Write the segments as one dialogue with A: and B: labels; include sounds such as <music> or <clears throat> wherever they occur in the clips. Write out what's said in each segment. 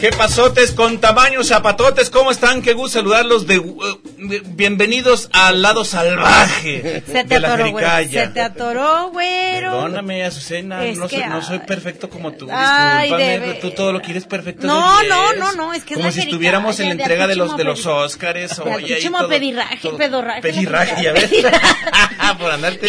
A: ¿Qué pasotes con tamaños zapatotes? ¿Cómo están? Qué gusto saludarlos de... eh, Bienvenidos al lado salvaje
B: Se te
A: de la
B: atoró, güero.
A: jericaya.
B: Se te atoró, güero.
A: Perdóname, Azucena,
B: Es
A: no,
B: que,
A: soy, no
B: ay.
A: soy perfecto como tú.
B: Ay,
A: Discúlpame,
B: de-
A: tú todo lo quieres perfecto.
B: No,
A: así
B: no, no, no, es que es
A: Como
B: la
A: si estuviéramos en
B: jericaya,
A: la
B: de
A: entrega de los, de
B: achuchimo
A: los Óscares.
B: de
A: oye, ahí
B: achuchimo
A: todo-
B: pedirraje,
A: todo-
B: pedorraje,
A: Pedirraje, ya ves. ah, Por andarte...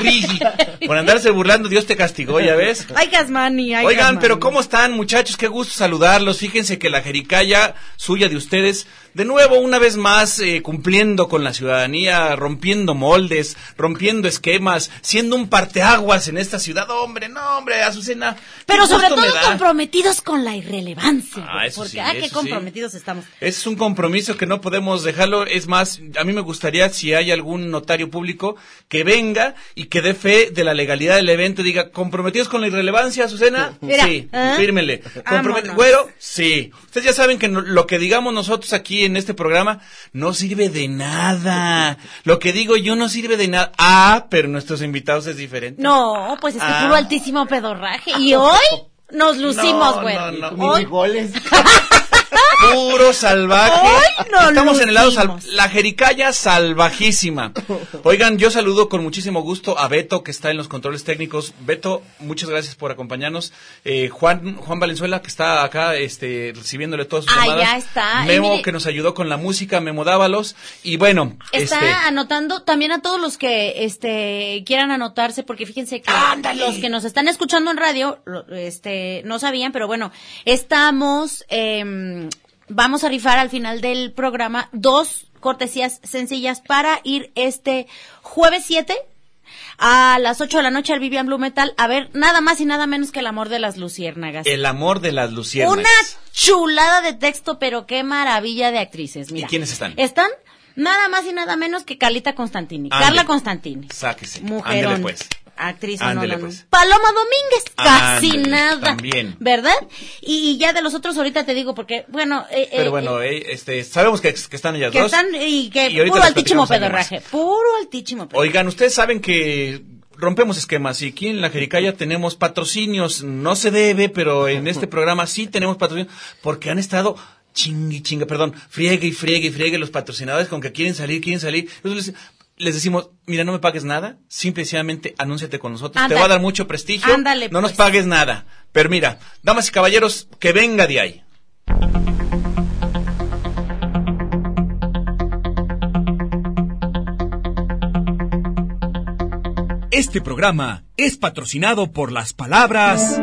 A: Piriji. Por andarse burlando, Dios te castigó, ya ves.
B: <laughs> Ay, Gasmani, ay,
A: Oigan,
B: Gasmani.
A: pero ¿cómo están muchachos? Qué gusto saludarlos. Fíjense que la jericaya suya de ustedes, de nuevo, una vez más, eh, cumpliendo con la ciudadanía, rompiendo moldes, rompiendo esquemas, siendo un parteaguas en esta ciudad. Hombre, no, hombre, Azucena. qué
C: Pero sobre
A: gusto
C: todo
A: me da.
C: comprometidos con la irrelevancia.
A: Ah, eso
B: Porque,
A: sí,
B: ah, qué
A: eso sí.
B: comprometidos estamos.
A: Es un compromiso que no podemos dejarlo. Es más, a mí me gustaría si hay algún notario público que venga y que dé fe de la legalidad del evento y diga, comprometidos con la irrelevancia, Azucena,
B: <laughs> Mira,
A: sí,
B: ¿eh?
A: fírmele.
B: Vámonos.
A: Compromet- Güero, sí. Ustedes ya saben que no- lo que digamos nosotros aquí en este programa no sirve de nada. Lo que digo yo no sirve de nada. Ah, pero nuestros invitados es diferente.
C: No, pues es que
A: Ah.
C: puro altísimo pedorraje. Y hoy nos lucimos,
A: No,
C: güey.
A: no, no.
D: Ni
C: Hoy-
D: goles.
E: puro salvaje.
A: Hoy no
E: Estamos en el lado sal-
A: lucimos.
E: la jericaya salvajísima. Oigan, yo saludo con muchísimo gusto a Beto que está en los controles técnicos. Beto, muchas gracias por acompañarnos. Eh, Juan Juan Valenzuela que está acá este recibiéndole todas sus
B: Ah,
E: llamadas.
B: ya está. Y
E: Memo
B: mire-
E: que nos ayudó con la música, Memo Dávalos y bueno,
B: Está
E: este
B: anotando también a todos los que este quieran anotarse, porque fíjense que
E: ¡Ándale!
B: los que nos están escuchando en radio, lo- este, no sabían, pero bueno, estamos, em, vamos a rifar al final del programa dos cortesías sencillas para ir este jueves 7 a las 8 de la noche al Vivian Blue Metal a ver nada más y nada menos que el amor de las luciérnagas.
E: este, El amor de las luciérnagas.
B: Una chulada de texto, pero qué maravilla de actrices. Mira.
E: ¿Y quiénes están?
B: Están nada más y nada menos que Carlita Constantini.
E: Ándele.
B: Carla Constantini.
E: Sáquese.
A: Mujerón.
E: Ándele, pues.
A: Actriz,
E: Ándele,
A: no, no, no.
E: pues.
B: Paloma Domínguez, casi
E: Ándele,
B: nada.
E: también.
B: ¿Verdad? Y, y ya de los otros ahorita te digo, porque, bueno. eh, eh,
E: Pero bueno,
B: eh,
E: eh, este, sabemos que, que están ellas
B: que
E: dos.
B: están. Y que
E: Y ahorita
B: puro
E: les
B: altísimo
E: platicamos algo
B: pedorraje. Puro altísimo pedorraje.
E: Oigan, ustedes saben que rompemos esquemas y aquí en la Jericaya tenemos patrocinios. No se debe, pero en este programa sí tenemos patrocinios porque han estado chingue y chinga, perdón, friegue y friegue y friegue los patrocinadores con que quieren salir, quieren salir. Entonces les, les decimos, mira, no me pagues nada, simple y sencillamente anúnciate con nosotros. Te
B: Ándale.
E: va a dar mucho prestigio.
B: Ándale,
E: no nos
B: pues.
E: pagues nada. Pero mira, damas y caballeros, que venga de ahí.
D: Este programa es patrocinado por las palabras.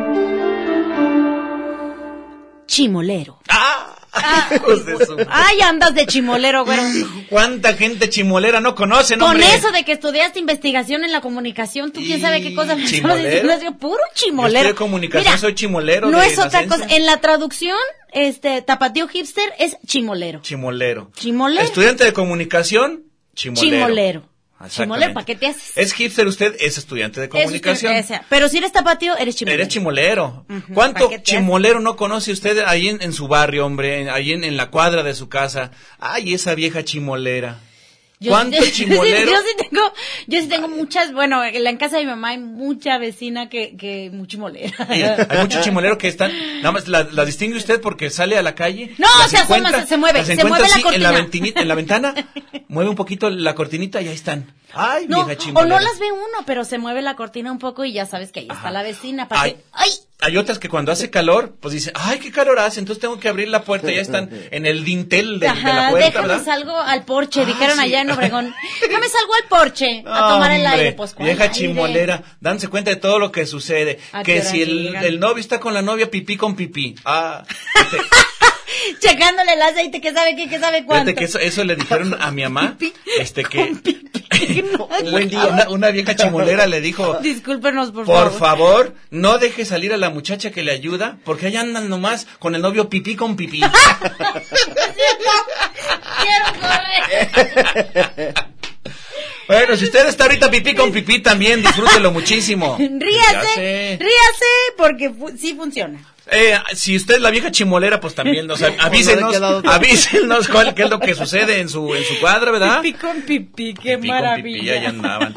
B: Chimolero.
E: ¡Ah!
B: Ah,
E: <laughs> Hijos de su-
B: Ay, andas de chimolero, güey.
E: <laughs> ¿Cuánta gente chimolera no conoce,
B: Con eso de que estudiaste investigación en la comunicación, tú quién sabe qué cosa me estabas
E: Chimolero.
B: diciendo, yo, puro chimolero.
E: Yo estudié comunicación, soy chimolero
B: No
E: de
B: es otra
E: nacencia.
B: cosa. En la traducción, este tapatío hipster es chimolero.
E: Chimolero.
B: Chimolero.
E: Estudiante de comunicación, chimolero.
B: Chimolero.
E: Exactamente.
B: Chimolero, ¿para qué te haces?
E: Es hipster usted, es estudiante de comunicación.
B: Es usted- esa. Pero si eres tapatío, eres chimolero.
E: Eres chimolero.
B: Ujú,
E: ¿Cuánto
B: ¿pa' qué te
E: chimolero no conoce usted ahí en, en su barrio, hombre? En- Ahí en, en la cuadra de su casa. Ay, esa vieja chimolera.
B: Yo-
E: ¿Cuánto
B: <laughs> yo-
E: chimolero?
B: Yo sí tengo, yo sí tengo muchas, bueno, en la en casa de mi mamá hay mucha vecina que, que muy chimolera. <laughs>
E: Mira, hay muchos chimoleros que están, nada más la, la distingue usted porque sale a la calle.
B: No,
E: las
B: se asoma,
E: encuentra,
B: se- se mueve,
E: las
B: se
E: encuentra
B: mueve la
E: así en la,
B: cortina.
E: ventini- en la ventana, mueve un poquito la cortinita y ahí están. Ay,
B: No,
E: vieja
B: o
E: chimolera.
B: no las ve uno, pero se mueve la cortina un poco y ya sabes que ahí está
E: Ajá.
B: la vecina. Para
E: Ay.
B: que- ¡Ay!
E: Hay otras que cuando hace calor, pues dicen, ay, qué calor hace, entonces tengo que abrir la puerta, ya están en el dintel de, de la
B: Ajá,
E: puerta,
B: déjame
E: ¿verdad?
B: salgo al porche,
E: Ah,
B: dijeron
E: sí.
B: allá
E: <laughs>
B: en Obregón. déjame salgo al porche a
E: No,
B: tomar el
E: hombre,
B: aire. Pues, ¿cuál
E: vieja
B: aire?
E: chimolera, dándose cuenta de todo lo que sucede.
B: ¿A qué
E: Que
B: hora
E: si el,
B: llegan?
E: el novio está con la novia, pipí con pipí. Ah, este,
B: <laughs> Checándole el aceite, que sabe qué, que sabe cuánto.
E: Fíjate que eso, eso le dijeron a mi mamá. este que. <laughs>
B: <laughs> Buen día.
E: Una, una vieja chimolera le dijo.
A: Discúlpenos, por,
E: Por
A: favor.
E: favor, no deje salir a la muchacha que le ayuda, porque allá andan nomás con el novio pipí con
B: <laughs>
E: pipí.
B: Quiero
E: <laughs>
B: correr.
E: bueno, si usted está ahorita pipí con pipí también, disfrútelo muchísimo. Ya
B: Ríase,
E: sé.
B: ríase, porque fu- sí funciona.
E: Eh, si usted es la vieja chimolera, pues también,
F: <laughs>
E: o sea,
F: no,
E: avísenos,
F: de qué lado-
E: avísenos cuál qué es lo que sucede en su, en su cuadra, ¿verdad?
A: Pipí con pipí, qué
E: Pipí con
A: maravilla.
E: pipí, ahí andaban.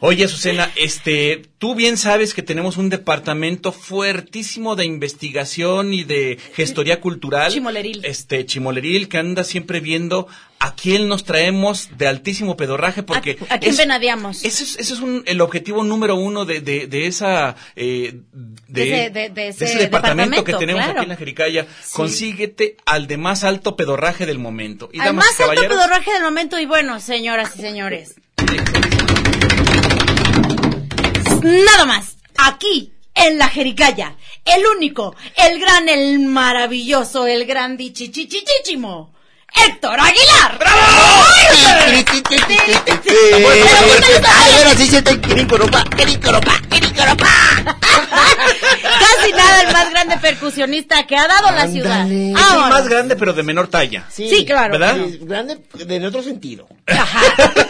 E: Oye, Azucena, este, tú bien sabes que tenemos un departamento fuertísimo de investigación y de gestoría cultural.
B: Chimoleril.
E: Este, chimoleril, que anda siempre viendo a quién nos traemos de altísimo pedorraje, porque...
B: ¿A- a quién
E: es-
B: venadeamos?
E: Ese es, ese es un- el objetivo número uno de, de, de esa... eh, de,
B: De ese- de- de ese
E: departamento, que
B: departamento,
E: tenemos
B: claro.
E: aquí en la Jericaya. Consíguete al de más alto pedorraje del momento. Y
B: Al
E: damas y
B: más alto
E: caballeros,
B: pedorraje del momento y bueno, señoras y señores. Nada más, aquí, en la Jericaya, el único, el gran, el maravilloso, el grandichichichichimo, Héctor Aguilar. ¡Bravo! Casi nada el más grande percusionista que ha dado la ciudad.
F: Ándale.
E: es el
B: Ahora,
E: más grande, pero de menor talla.
B: Sí, claro.
E: ¿Verdad?
F: Sí, grande en otro sentido.
B: ajá,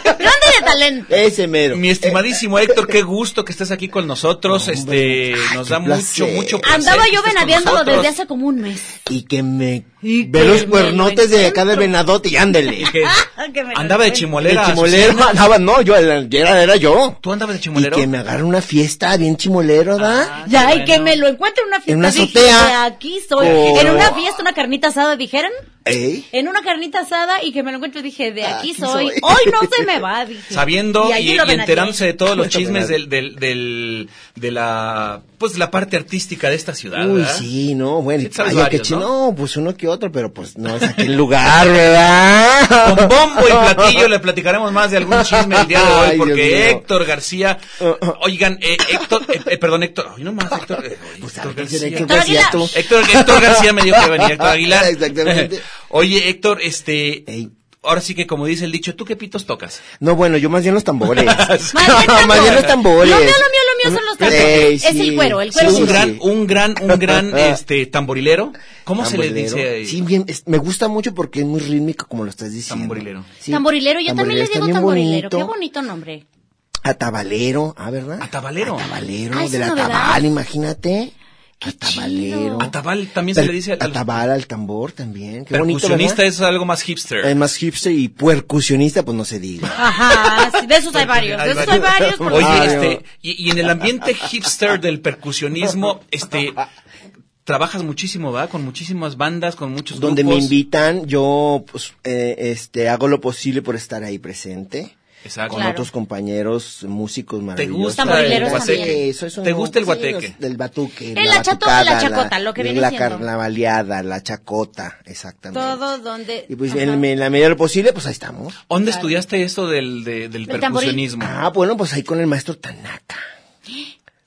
B: grande de talento.
F: Ese mero.
E: Mi estimadísimo Héctor, qué gusto que estés aquí con nosotros. este, nos da
F: qué placer.
E: mucho, mucho placer.
B: Andaba
E: que
B: yo
E: estés con
B: venadeándolo
E: nosotros.
B: desde hace como un mes.
F: Y que me
A: Y
F: Ve
A: que
F: los
A: me
F: cuernotes
A: lo
F: de acá de Venadote
E: <laughs>
F: y ándele. <laughs>
E: Que
F: Ah,
B: Que me lo
E: andaba de
B: encuentro.
E: chimolera.
F: El chimolero
E: Azucena.
F: andaba, no, yo era, era yo.
E: ¿Tú andabas de
F: Y
E: chimolero?
F: que me agarre una fiesta bien chimolero, ¿da?
B: Ya,
E: Ah,
B: y que
E: bueno.
B: me lo encuentre en una fiesta.
F: En una
B: Dije,
F: azotea.
B: aquí soy.
F: Oh.
B: En una fiesta, una carnita asada, dijeron.
F: ¿Eh?
B: En una carnita asada y que me lo encuentre, dije, de aquí,
F: Aquí
B: soy.
F: soy.
B: Hoy no se me va, dije.
E: sabiendo
B: allí
E: y,
B: lo
E: y
B: ven a ti.
E: enterándose de todos los
F: Lo ven
E: chismes
F: a-
E: del, del, del- de la pues la parte artística de esta ciudad.
F: Uy,
E: ¿verdad?
F: sí, no, bueno,
E: Sí, sabes
F: vaya,
E: varios,
F: qué chi-
E: ¿no?
F: ¿no? pues uno que otro, pero pues no es aquel lugar, ¿verdad?
E: Con bombo y
F: <laughs>
E: platillo le platicaremos más de algún chisme el día de hoy,
F: Ay, Dios
E: porque
F: mío.
E: Héctor García,
F: ah.
E: oigan, eh, Héctor, eh, eh, perdón Héctor, ay, no más Héctor, eh, ay,
F: Pues
E: Héctor
F: a ver, ¿qué
E: García.
B: Héctor Aguilar.
F: decías tú?
E: Héctor, Héctor García me dijo que venía
F: <laughs>
E: Héctor Aguilar.
F: Exactamente.
E: <laughs> Oye, Héctor, este,
F: Ey.
E: ahora sí que como dice el dicho, ¿tú qué pitos tocas?
F: No, bueno, yo más bien
B: <laughs>
F: los tambores.
B: Más bien tambor.
F: Más bien los tambores.
B: Lo mío, lo mío, lo mío son los tambores.
F: Ey,
B: Es el
F: sí.
B: cuero, el cuero
E: un
F: Sí,
B: duro.
E: gran,
F: sí.
E: un gran, un gran,
F: <laughs>
E: este, tamborilero. ¿Cómo se le
F: Tamborilero.
E: dice?
F: Sí, bien, es- me gusta mucho porque es muy rítmico como lo estás diciendo.
E: Tamborilero.
F: Sí.
B: Tamborilero, yo también le
F: está
B: digo
F: bien
B: tamborilero. Qué bonito nombre.
F: Atabalero, ah, ¿verdad?
E: Atabalero.
F: Atabalero,
B: Ah, esa
F: del
B: es novedad.
F: atabal, imagínate.
B: Qué
F: atabalero.
B: chido.
E: Atabal también se
F: Tal-
E: le dice al- al
F: Atabal al tambor también. Qué bonito,
E: percusionista
F: ¿verdad?
E: es algo más hipster.
F: Eh, más hipster y percusionista, pues no se diga.
B: Ajá, sí, de esos Pues hay varios. De esos hay varios.
F: <laughs>
B: por
E: Oye,
F: Ah,
B: supuesto.
E: este, y, y en el ambiente hipster del percusionismo, este, trabajas muchísimo, ¿verdad? Con muchísimas bandas, con muchos
F: Donde me
E: grupos.
F: invitan, yo pues, eh, este, hago lo posible por estar ahí presente.
E: Exacto.
F: Con
B: Ah, Claro.
F: otros compañeros músicos maravillosos.
E: gusta
B: Tamborileros el guateque?
F: Sí, soy su-
E: ¿Te gusta el
F: sí,
E: guateque?
F: los- del batuque.
B: El achatote, la
F: batucada,
B: chacota, lo que viene
F: La
B: siendo.
F: carnavaleada, la chacota, exactamente.
B: Todo donde.
F: Y pues
B: Ajá.
F: en, en la medida de lo posible, pues ahí estamos.
E: ¿Dónde estudiaste esto del, de- del
B: El tamboril.
E: percusionismo?
F: Ah, pues bueno, pues ahí con el maestro Tanaka.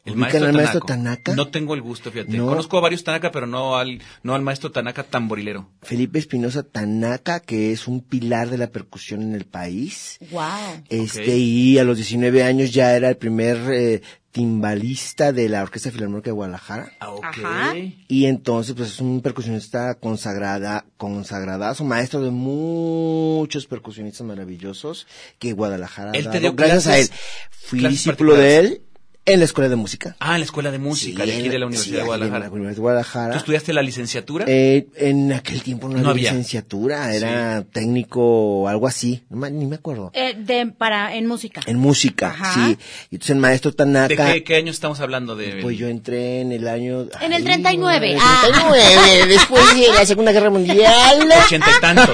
E: el
F: ¿ubican
E: maestro,
F: al maestro
E: Tanaka.
F: Tanaka?
E: No tengo el gusto, fíjate.
F: No.
E: Conozco a varios Tanaka, pero no al, no al maestro Tanaka tamborilero.
F: Felipe Espinosa Tanaka, que es un pilar de la percusión en el país.
B: Wow.
F: Este, y a los 19 años ya era el primer eh, timbalista de la Orquesta Filarmónica de Guadalajara.
E: Ah, ok.
B: Ajá.
F: Y entonces, pues es un percusionista consagrada, consagradazo, maestro de muchos percusionistas maravillosos que Guadalajara. ha
E: Él te
F: dado.
E: dio
F: Gracias a él.
E: clases-
F: Fui
E: clases
F: discípulo de él en la escuela de música.
E: Ah, en la escuela de música de aquí de la Universidad de Guadalajara.
F: En la Universidad de
E: ¿Tú
F: Guadalajara.
E: estudiaste la licenciatura?
F: Eh, en aquel tiempo no,
E: No
F: había
E: había.
F: licenciatura, era técnico o algo así, no, ma- ni me acuerdo.
B: Eh, de, para, en música.
F: En música,
B: Ajá.
F: sí. Y entonces el maestro
E: ¿De
F: Tanaka,
E: qué, qué año estamos hablando? De,
F: pues yo entré en el año...
B: En el 39.
F: En el
B: Ah.
F: 39, después de la Segunda Guerra Mundial.
E: <laughs> Ochenta y tanto.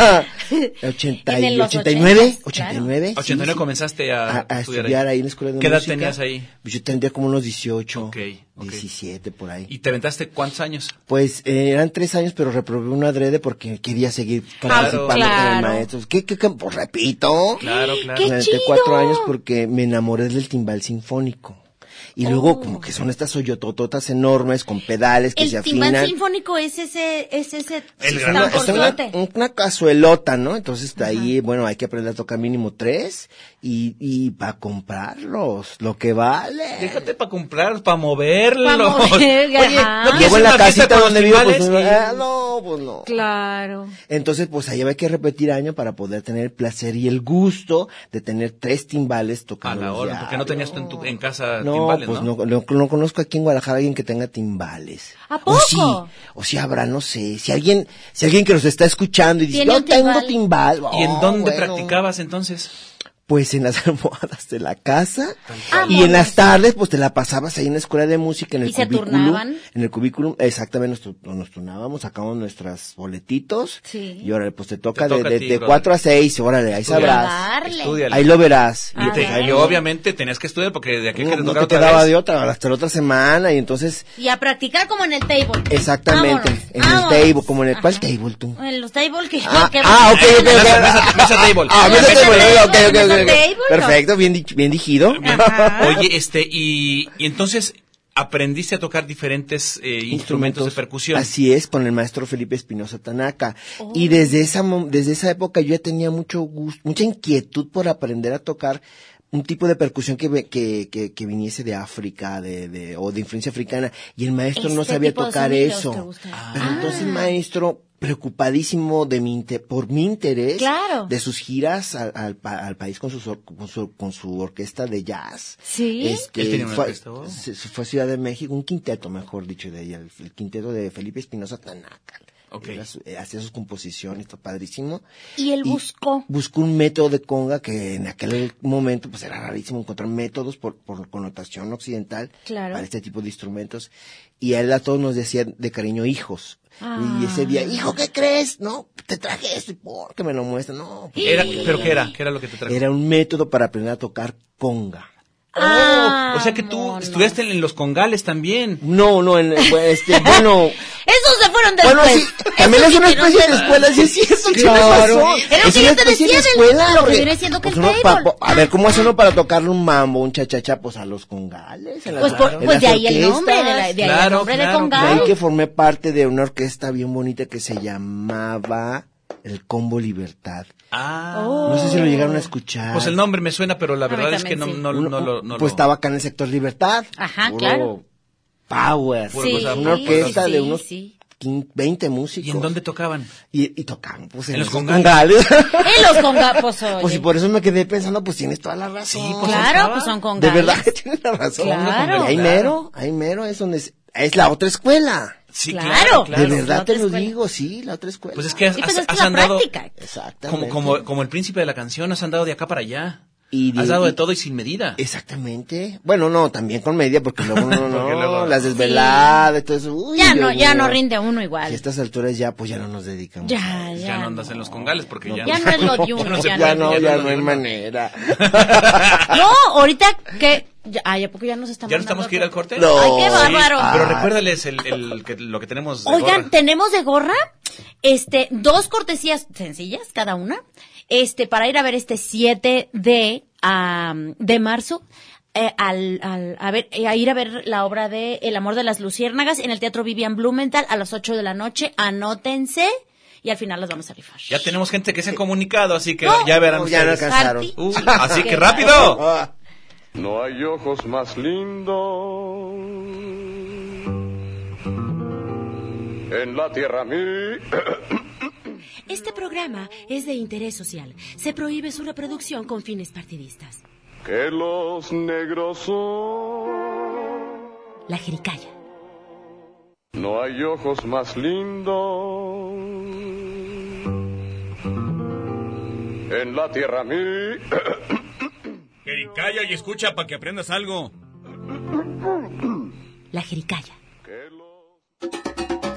F: <laughs> Ochenta
B: En
F: y-
B: los
F: 89,
B: ochentas,
F: 89. sí,
E: 89
F: sí.
E: comenzaste a,
F: A, a
E: estudiar,
F: estudiar
E: ahí.
F: ahí en la escuela de
E: ¿Qué edad
F: música.
E: tenías ahí?
F: Pues Yo tendría como unos 18,
E: Ok, ok.
F: 17 por ahí.
E: ¿Y te aventaste cuántos años?
F: Pues eh, eran tres años, pero reprobé un adrede porque quería seguir
E: Claro.
F: participando con
B: Claro.
F: el maestro. ¿Qué, qué, qué? Pues repito.
E: Claro, claro.
B: ¿Qué?
F: Durante
B: chido!
F: cuatro años porque me enamoré del timbal sinfónico. Y luego como que son estas oyotototas enormes con pedales que se
B: Oh. El
F: afinan.
B: timbal sinfónico es ese, es ese
E: El gran-
F: Una- es una,
B: tamborzote.
F: una cazuelota, ¿no? Entonces de ahí, bueno, hay que aprender a tocar mínimo tres y, y para comprarlos, lo que vale.
E: Déjate para comprar, para moverlos.
B: Pa' mover,
E: <laughs> Oye,
B: ajá.
E: ¿no
F: Llego
E: tienes
F: en la
E: una fiesta
F: casita
E: con
F: donde
E: los
F: vivo, pues,
E: timbales?
F: ah, no, pues no.
A: Claro.
F: Entonces, pues ahí había que repetir año para poder tener el placer y el gusto de tener tres timbales
E: A
F: tocando.
E: la hora, porque no tenías tú en, tu, en casa
F: No,
E: timbales,
F: pues
E: ¿no?
F: no, no, no conozco aquí en Guadalajara alguien que tenga timbales.
B: ¿A
F: O
B: poco?
F: sí, o sí habrá, no sé. Si alguien, si alguien que nos está escuchando y dice,
B: ¿Tiene
F: yo
B: un
F: tengo
B: timbal?
F: timbal.
E: ¿Y en
F: oh,
E: dónde
F: bueno.
E: practicabas entonces?
F: Pues en las <laughs> almohadas de la casa.
B: cual.
F: Y en
B: Vámonos.
F: las tardes, pues te la pasabas ahí en la escuela de música, en el
B: Ah, ¿Y se
F: cubículum,
B: turnaban?
F: En el cubículum, exactamente, nos, tu- nos turnábamos, sacábamos nuestros boletitos.
B: Sí.
F: Y órale, pues te toca,
E: Te toca
F: de,
E: a
F: de,
E: ti,
F: de
E: brother.
F: 4 a 6, órale, ahí sabrás.
B: Darle.
E: Estudia.
F: Ahí lo verás.
B: Ah,
E: Y, te-
B: bueno.
E: y obviamente tenías que estudiar porque de aquí
F: No,
E: que te
F: Uh, no
E: tocara
F: te
E: otra
F: quedaba
E: vez.
F: de otra, hasta la otra semana, y entonces,
B: Y a practicar como en el table.
F: exactamente,
B: Vámonos,
F: en
B: vámonos.
F: el table, como en el,
B: Ajá.
F: ¿cuál table tú?
B: En los table que...
F: Ah,
B: que-
F: ah, ok, ok, ok.
E: Mesa- mesa- mesa table.
F: Ah, mesa
B: Mesa
F: table,
B: table,
F: ok, ok, ok,
B: mesa
F: ok.
B: table, ¿no?
F: Perfecto, bien, dich- bien digido.
B: Ajá.
E: Oye, este, y, y entonces aprendiste a tocar diferentes eh, instrumentos de percusión.
F: Así es, con el maestro Felipe Espinosa Tanaka.
B: Oh.
F: Y desde esa, mo- desde esa época yo ya tenía mucho gusto, mucha inquietud por aprender a tocar un tipo de percusión que, ve- que, que, que viniese de África de, de- o de influencia africana. Y el maestro no
B: Este
F: sabía
B: tipo de
F: tocar
B: sonidos
F: eso. Ah.
B: te gusta.
F: Pero entonces
B: Ah.
F: el maestro preocupadísimo de mi inte- por mi interés
B: Claro.
F: de sus giras al, al, pa- al país con, sus or- con su con su orquesta de jazz
B: Sí.
F: este,
E: Él tenía una
F: fue,
E: orquesta, ¿o?
F: se- se fue a Ciudad de México, un quinteto, mejor dicho, de ella, el, el quinteto de Felipe Espinosa Tanaka.
E: Ok.
F: Él hace- eh, hacía sus composiciones, está padrísimo.
B: Y él
F: Y
B: buscó.
F: Buscó un método de conga que en aquel momento pues era rarísimo encontrar métodos por, por connotación occidental
B: Claro.
F: para este tipo de instrumentos. Y a él a todos nos decía de cariño hijos.
B: Ah.
F: Y ese día, hijo, ¿qué crees? No, te traje esto, ¿por qué me lo muestras? No. pues,
E: Era,
F: pues,
E: ¿Pero qué era? ¿Qué era lo que te trajo?
F: Era un método para aprender a tocar conga.
E: Oh, o sea que tú
B: Vámonos.
E: estudiaste en, en los congales también.
F: No, no, en, este, <laughs> bueno,
B: Esos se fueron después.
F: bueno, sí,
B: Esos
F: también es una
B: vinieron
F: especie de
B: después.
F: escuela, sí, sí, eso tienes
B: Claro.
F: razón.
B: Era lo
F: Es
B: que
F: una
B: yo te
F: especie de
B: decía del-
F: escuela,
B: lo que
F: hombre.
B: viene siendo que
F: Pues
B: el
F: uno pa-
B: table.
F: pa- A ver, ¿cómo hace uno para tocarle un mambo, un cha-cha-cha? Pues a los congales, en las-
B: Pues, por-
F: en
B: pues
F: las
B: de ahí el
F: orquestas.
B: nombre, de, la- de ahí el
E: Claro,
B: nombre de
E: claro,
F: De ahí
B: Congal. <laughs>
F: que formé parte de una orquesta bien bonita que se llamaba el Combo Libertad.
E: Ah.
F: No sé si lo llegaron a escuchar.
E: Pues el nombre me suena, pero la
B: Oh. mí
E: verdad es que no,
B: también, sí.
E: no,
F: Uno-
E: no lo... no
F: pues
E: lo-
F: estaba acá en el sector Libertad.
B: Ajá,
F: Puro
B: claro.
F: Power.
E: Puro cosa-
F: una orquesta
B: sí,
F: de unos
B: sí.
F: 15, 20 músicos.
E: ¿Y en dónde tocaban?
F: Y, y tocaban, pues, en,
E: En los
F: los
E: congales.
F: congales.
B: <laughs>
F: <laughs>
B: Y los Congal, pues oye.
F: pues y por eso me quedé pensando, pues tienes toda la razón.
E: Sí, pues,
B: Claro, pues son Congales.
F: De verdad que tienes la razón.
B: Claro.
F: Ahí mero, ahí mero, es donde es, es la otra escuela.
E: Sí,
B: Claro.
E: claro, claro.
F: de
B: la
F: verdad te
B: otra
F: lo
B: escuela.
F: digo, sí, la otra escuela.
E: Pues es que has,
B: Sí, pues
E: has-
B: es que
E: has
B: la
E: andado...
B: práctica.
F: Exactamente.
E: Como, como, como el príncipe de la canción, has andado de acá para allá.
F: Y de-
E: has dado de
F: y-
E: todo y sin medida.
F: Exactamente. Bueno, no, también con media, porque luego no, no,
E: Porque luego-
F: las desveladas, todo eso. uy,
B: Ya
F: Dios
B: no, ya
F: mío.
B: no rinde uno
F: Y a
B: igual.
F: estas alturas ya, pues ya no nos dedicamos. <laughs>
B: Ya, ya.
E: ya no andas en los congales porque <laughs> ya,
B: Ya no es lo de uno,
E: no se
B: ya
E: puede,
F: Ya no, ya
E: es
F: no
E: lo de
F: hay
E: uno.
F: manera.
B: No, ahorita que. ya- Ay, ¿a poco ya nos estamos.
E: ¿Ya nos tenemos que ir al corte?
F: No. Ah.
B: Ay, qué bárbaro.
E: Pero recuérdales el, el que- lo que tenemos de
B: Oigan,
E: gorra.
B: tenemos de gorra este dos cortesías sencillas cada una. Este para ir a ver este 7 de am, de marzo eh, al, al- a ver eh, a ir a ver la obra de El amor de las luciérnagas en el Teatro Vivian Blumenthal a las 8 de la noche. Anótense y al final las vamos a rifar.
E: Ya tenemos gente que se ha comunicado, así que
B: No.
E: ya verán
F: No, ya no
E: ustedes.
F: alcanzaron.
B: Parti-
E: Uh,
B: <laughs>
E: así
B: Qué
E: que rápido.
F: Ah,
G: No hay ojos más lindos en la tierra mí. <clears throat>
H: Este programa es de interés social. Se prohíbe su reproducción con fines partidistas.
G: que los negros son.
H: La Jericaya.
G: No hay ojos más lindos en la tierra mí. <clears throat>
D: Geri, calla y escucha para que aprendas algo.
H: La Jericaya.
G: que los-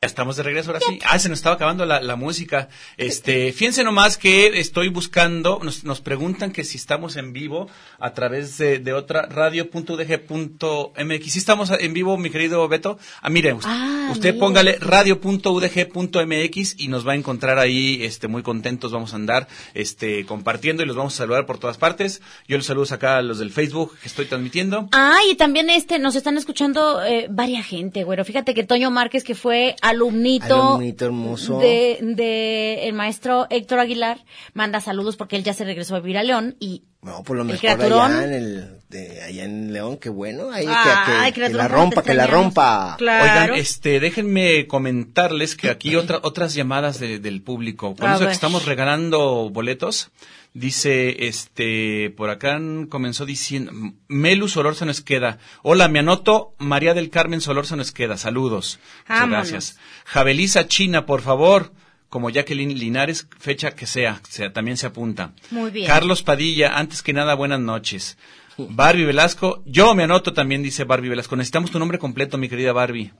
E: Ya estamos de regreso ahora sí. Ah, se nos estaba acabando la, la música. Este, fíjense nomás que estoy buscando, nos, nos preguntan que si estamos en vivo a través de, de otra radio.udg.mx. Si estamos en vivo, mi querido Beto. Ah, mire, usted,
B: Ah,
E: usted
B: mire.
E: póngale radio.udg.mx y nos va a encontrar ahí, este, muy contentos vamos a andar, este, compartiendo y los vamos a saludar por todas partes. Yo los saludos acá a los del Facebook que estoy transmitiendo.
B: Ah, y también este, nos están escuchando eh, varia gente, güero. Fíjate que Toño Márquez, que fue alumnito,
F: Alumnito hermoso.
B: de, de el maestro Héctor Aguilar, manda saludos porque él ya se regresó a vivir a León y
F: No, por lo
B: El
F: mejor
B: criaturón. Ah,
F: allá en, el, de- allá en León, qué bueno. Ahí, que-
B: Ay,
F: que, que
B: criaturón,
F: la
B: cómo te
F: rompa, que la
B: extrañamos.
F: rompa.
B: Claro.
E: Oigan, este, déjenme comentarles que aquí otra, otras llamadas de- del público. Por
B: A
E: eso que
B: ver.
E: estamos regalando boletos. Dice, este, por acá comenzó diciendo, Melu Solórzano Esqueda. Hola, me anoto María del Carmen Solórzano Esqueda. Saludos. Muchas
B: Vámonos.
E: gracias. Jabeliza China, por favor. como Jacqueline Linares, fecha que sea, sea también se apunta.
B: Muy bien.
E: Carlos Padilla, antes que nada, buenas noches. Barbie Velasco, yo me anoto también, dice Barbie Velasco. Necesitamos tu nombre completo, mi querida Barbie.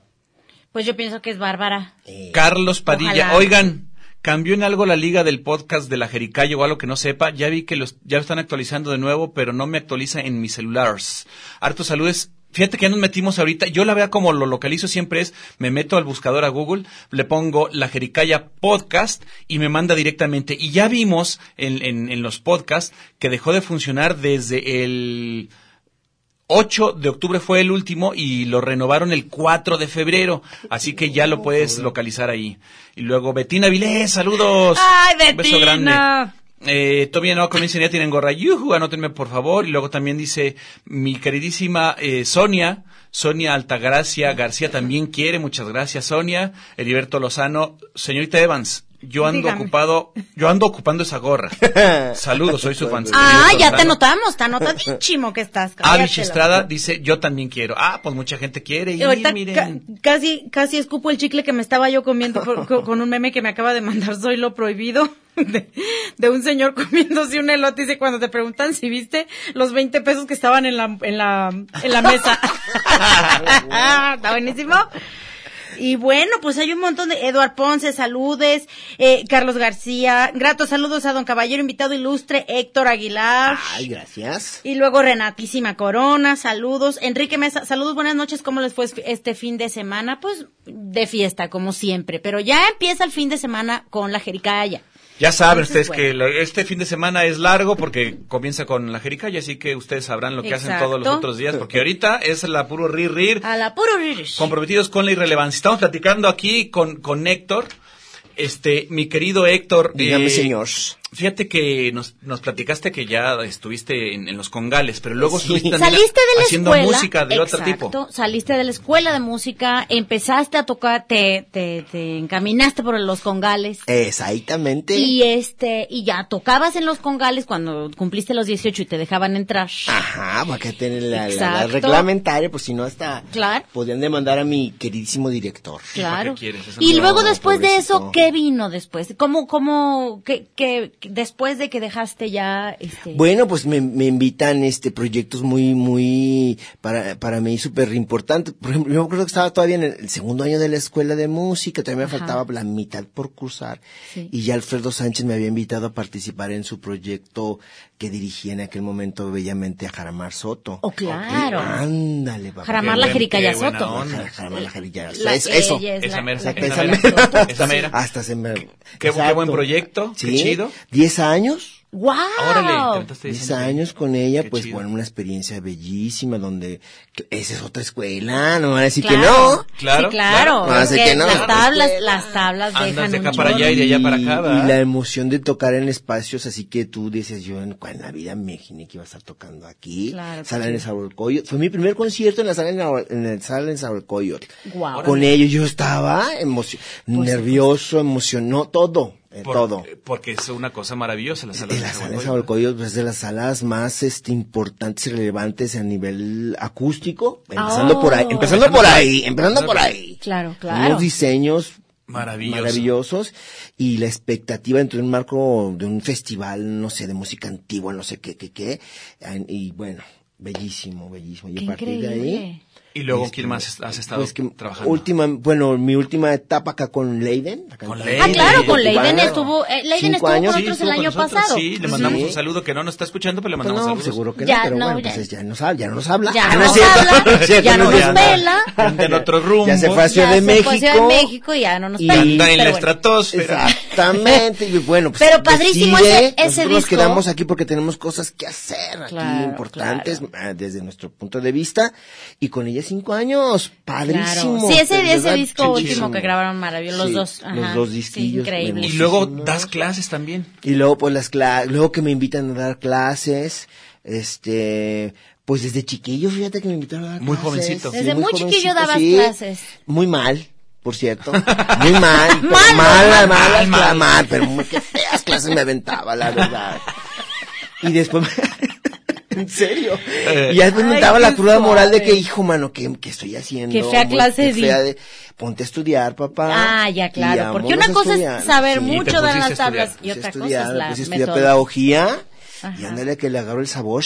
B: Pues yo pienso que es Bárbara.
E: Carlos Padilla.
B: Ojalá.
E: Oigan, cambió en algo la liga del podcast de la Jericayo o algo que no sepa. Ya vi que los, ya lo están actualizando de nuevo, pero no me actualiza en mis celulares. Hartos saludes. Fíjate que ya nos metimos ahorita. Yo la vea como lo localizo siempre es, me meto al buscador a Google, le pongo la Jericaya Podcast y me manda directamente. Y ya vimos en, en- en los podcasts que dejó de funcionar desde el 8 de octubre fue el último y lo renovaron el 4 de febrero, así que ya lo puedes localizar ahí. Y luego Betina Vilés, saludos.
A: Ay,
E: Un beso grande.
A: Betina.
E: Eh, Toby Enoco dice, ya tienen gorra, yuhu, anótenme por favor. Y luego también dice, mi queridísima eh, Sonia, Sonia Altagracia García también quiere, muchas gracias Sonia. Heriberto Lozano, señorita Evans, yo ando
A: Dígame.
E: ocupado, yo ando ocupando esa gorra. Saludos, soy su fan.
B: Ah,
E: Heriberto
B: ya te
E: Lozano.
B: notamos, te anotadísimo que estás.
F: Ah,
E: Avich
B: cámbiatelo.
E: Estrada dice, yo también quiero. Ah, pues mucha gente quiere
A: Y
E: ir,
A: ahorita
E: miren.
A: ca- casi, casi escupo el chicle que me estaba yo comiendo por- co- con un meme que me acaba de mandar Soy lo prohibido <laughs> de, de un señor comiéndose un elote. Dice, cuando te preguntan si viste los 20 pesos que estaban en la, en la, en la mesa. <laughs>
B: Está buenísimo. Y bueno, pues hay un montón de Eduard Ponce, saludes, eh, Carlos García, gratos saludos a don Caballero invitado ilustre, Héctor Aguilar.
F: Ay, gracias.
B: Y luego Renatísima Corona, saludos. Enrique Mesa, saludos, buenas noches. ¿Cómo les fue este fin de semana? Pues de fiesta, como siempre. Pero ya empieza el fin de semana con la jericaya.
E: Ya saben
B: Entonces,
E: ustedes que lo- este fin de semana es largo porque comienza con la Jerica y así que ustedes sabrán lo que hacen
B: Exacto.
E: todos los otros días porque ahorita es la puro rir rir.
B: A la puro rirish.
E: comprometidos con la irrelevancia. Estamos platicando aquí con, con Héctor. Este, mi querido Héctor.
F: Dígame,
E: eh,
F: señor.
E: Fíjate que nos, nos platicaste que ya estuviste en, en los congales, pero luego
F: Sí.
E: estuviste también
B: Saliste de la
E: haciendo
B: escuela.
E: música de otro
B: exacto,
E: tipo.
B: Saliste de la escuela de música, empezaste a tocar, te, te, te encaminaste por los congales.
F: Exactamente.
B: Y este, y ya tocabas en los congales cuando cumpliste los 18 y te dejaban entrar.
E: Ah,
F: Ajá, para que tener la, la- la
B: Exacto.
F: reglamentaria, pues si no hasta
B: Claro.
F: podían demandar a mi queridísimo director.
B: Claro.
E: qué quieres? Eso
B: Y
F: no-
B: luego
F: No,
B: después de eso,
F: pobrecito.
B: ¿qué vino después? ¿Cómo, cómo, qué, qué, después de que dejaste ya, este?
F: Bueno, pues me, me invitan este proyectos muy, muy, para, para mí súper importantes. Por ejemplo, yo creo que estaba todavía en el, el segundo año de la escuela de música, todavía me
B: Ajá.
F: faltaba la mitad por cursar.
B: Sí.
F: Y ya Alfredo Sánchez me había invitado a participar en su proyecto que dirigía en aquel momento bellamente a Jaramar Soto.
B: Oh, claro.
F: Ok, Ándale, papá.
B: Jaramar
E: Qué
B: la
E: buen-
B: jericaya
E: qué buena
B: soto.
E: onda.
F: Jaramar la jericaya.
B: La-
F: Es- eso.
B: ella es
E: Esa
B: la-
E: mera,
B: la
E: esa mera,
B: jericaya soto.
E: esa mera.
F: Hasta se me...
E: qué
F: Exacto.
E: buen proyecto, qué chido.
F: ¿Diez años?
B: ¡Wow!
E: Ah, Órale, te aventaste
F: Diez
E: ese-
F: años con ella,
E: Qué
F: pues
E: chido.
F: bueno, una experiencia bellísima donde que- esa es otra escuela, no van a decir
B: Claro,
F: que
E: Claro,
B: sí, claro.
F: claro. Así
B: porque
F: que no.
B: Las tablas,
F: Pues,
B: las tablas
E: andas
B: dejan
E: de
B: un
E: acá para
B: chorro.
E: allá y de allá para acá, ¿verdad?
F: Y la emoción de tocar en espacios así que tú dices, yo en, en la vida me imaginé que iba a estar tocando aquí.
B: Claro que
F: sala
B: sí.
F: en el Saborcoyo. Fue mi primer concierto en la sala en, la- en el sala en Saborcoyo.
B: Guau.
F: Con ellos yo estaba emocio- nervioso, emocionó, todo, eh,
E: Por-
F: todo.
E: Porque es una cosa maravillosa la sala
F: De
E: de
F: las salas
E: Zahualcoyo.
F: Zabalcoyos, pues de las salas más este, importantes y relevantes a nivel acústico. Empezando
B: Oh.
F: por ahí, empezando por ahí, empezando por ahí.
B: Claro, claro.
F: Unos diseños
E: Maravilloso.
F: maravillosos y la expectativa dentro de un marco de un festival, no sé, de música antigua, no sé qué, qué, qué. An- Y bueno, bellísimo, bellísimo. Y
B: Qué
F: a partir de ahí.
B: increíble.
E: Y luego,
F: este,
E: ¿quién más has estado
F: pues, que
E: trabajando?
F: Última, bueno, mi última etapa acá con Leiden. la
E: Con
F: cantante
E: Leiden.
B: Ah, claro, con
F: cubana.
B: Leiden estuvo, eh, Leiden
F: Cinco
B: estuvo con
F: años. Sí,
B: nosotros
E: estuvo
B: el
E: con
B: año
E: nosotros,
B: pasado.
E: Sí, le mandamos
F: Sí. Pues
E: un saludo que no nos está escuchando, pero le mandamos
F: no,
E: saludos.
F: seguro que
B: Ya,
F: no, pero
B: no,
F: bueno,
B: ya.
F: pues ya nos habla, ya nos habla.
B: Ya
F: Ah, no
B: nos
F: es cierto,
B: habla,
F: <laughs> no es cierto,
B: ya
F: no
B: nos
F: es cierto.
B: pela.
E: Anda en otro rumbo.
F: Ya se fue a
B: Ya
F: Ciudad de
B: se fue a
F: México.
B: Ciudad de México y ya no nos
F: Y
B: pela,
E: Anda en la
B: pero bueno.
E: estratosfera.
F: Exactamente, y bueno, pues.
B: Pero padrísimo
F: decide,
B: ese- ese
F: Nosotros nos
B: disco.
F: quedamos aquí porque tenemos cosas que hacer aquí
B: Claro,
F: importantes ah, desde nuestro punto de vista. Y con ella cinco años, padrísimo.
B: Claro. Sí, ese-
F: de
B: ese
F: verdad,
B: disco
F: chichísimo.
B: último que grabaron maravilloso, los dos, ajá,
F: Los dos
B: sí,
F: disquillos.
B: increíble.
E: Y
B: Sí,
E: luego
F: hermosísimos.
E: das clases también.
F: Y luego pues las cla- luego que me invitan a dar clases, este, pues desde chiquillo, fíjate que me invitaron a dar
E: Muy
F: clases.
E: jovencito.
B: Desde muy chiquillo
F: jovencito,
B: dabas
F: sí.
B: clases.
F: Muy mal, por
E: <laughs>
F: cierto. Muy mal, pero
B: Mal,
F: mal, mala,
B: mal,
F: mala,
E: mal,
F: mala,
E: mal.
F: mal, pero muy que feas clases me <laughs> aventaba, la verdad. Y después me- en serio.
E: Eh.
F: Y ya después me
A: Ay,
F: daba la
A: qué
F: cruda moral de que,
A: suave.
F: hijo, mano, ¿qué, qué estoy haciendo?
B: Qué fea
F: Muy-
B: clase
F: qué
B: di.
F: fea de- Ponte a estudiar, papá.
B: Ah, ya,
F: Y
B: claro. Porque
F: vámonos
B: una
F: a
B: cosa
F: estudiar.
B: es saber
F: Sí,
E: te
B: mucho, dar
E: pusiste a
B: las tablas,
E: estudiar.
B: y
F: pues,
B: otra
F: estudiar,
B: cosa es
F: me
B: la
F: puse a estudiar
B: metodología.
F: pedagogía y
B: Ajá.
F: ándale que le agarró el sabor.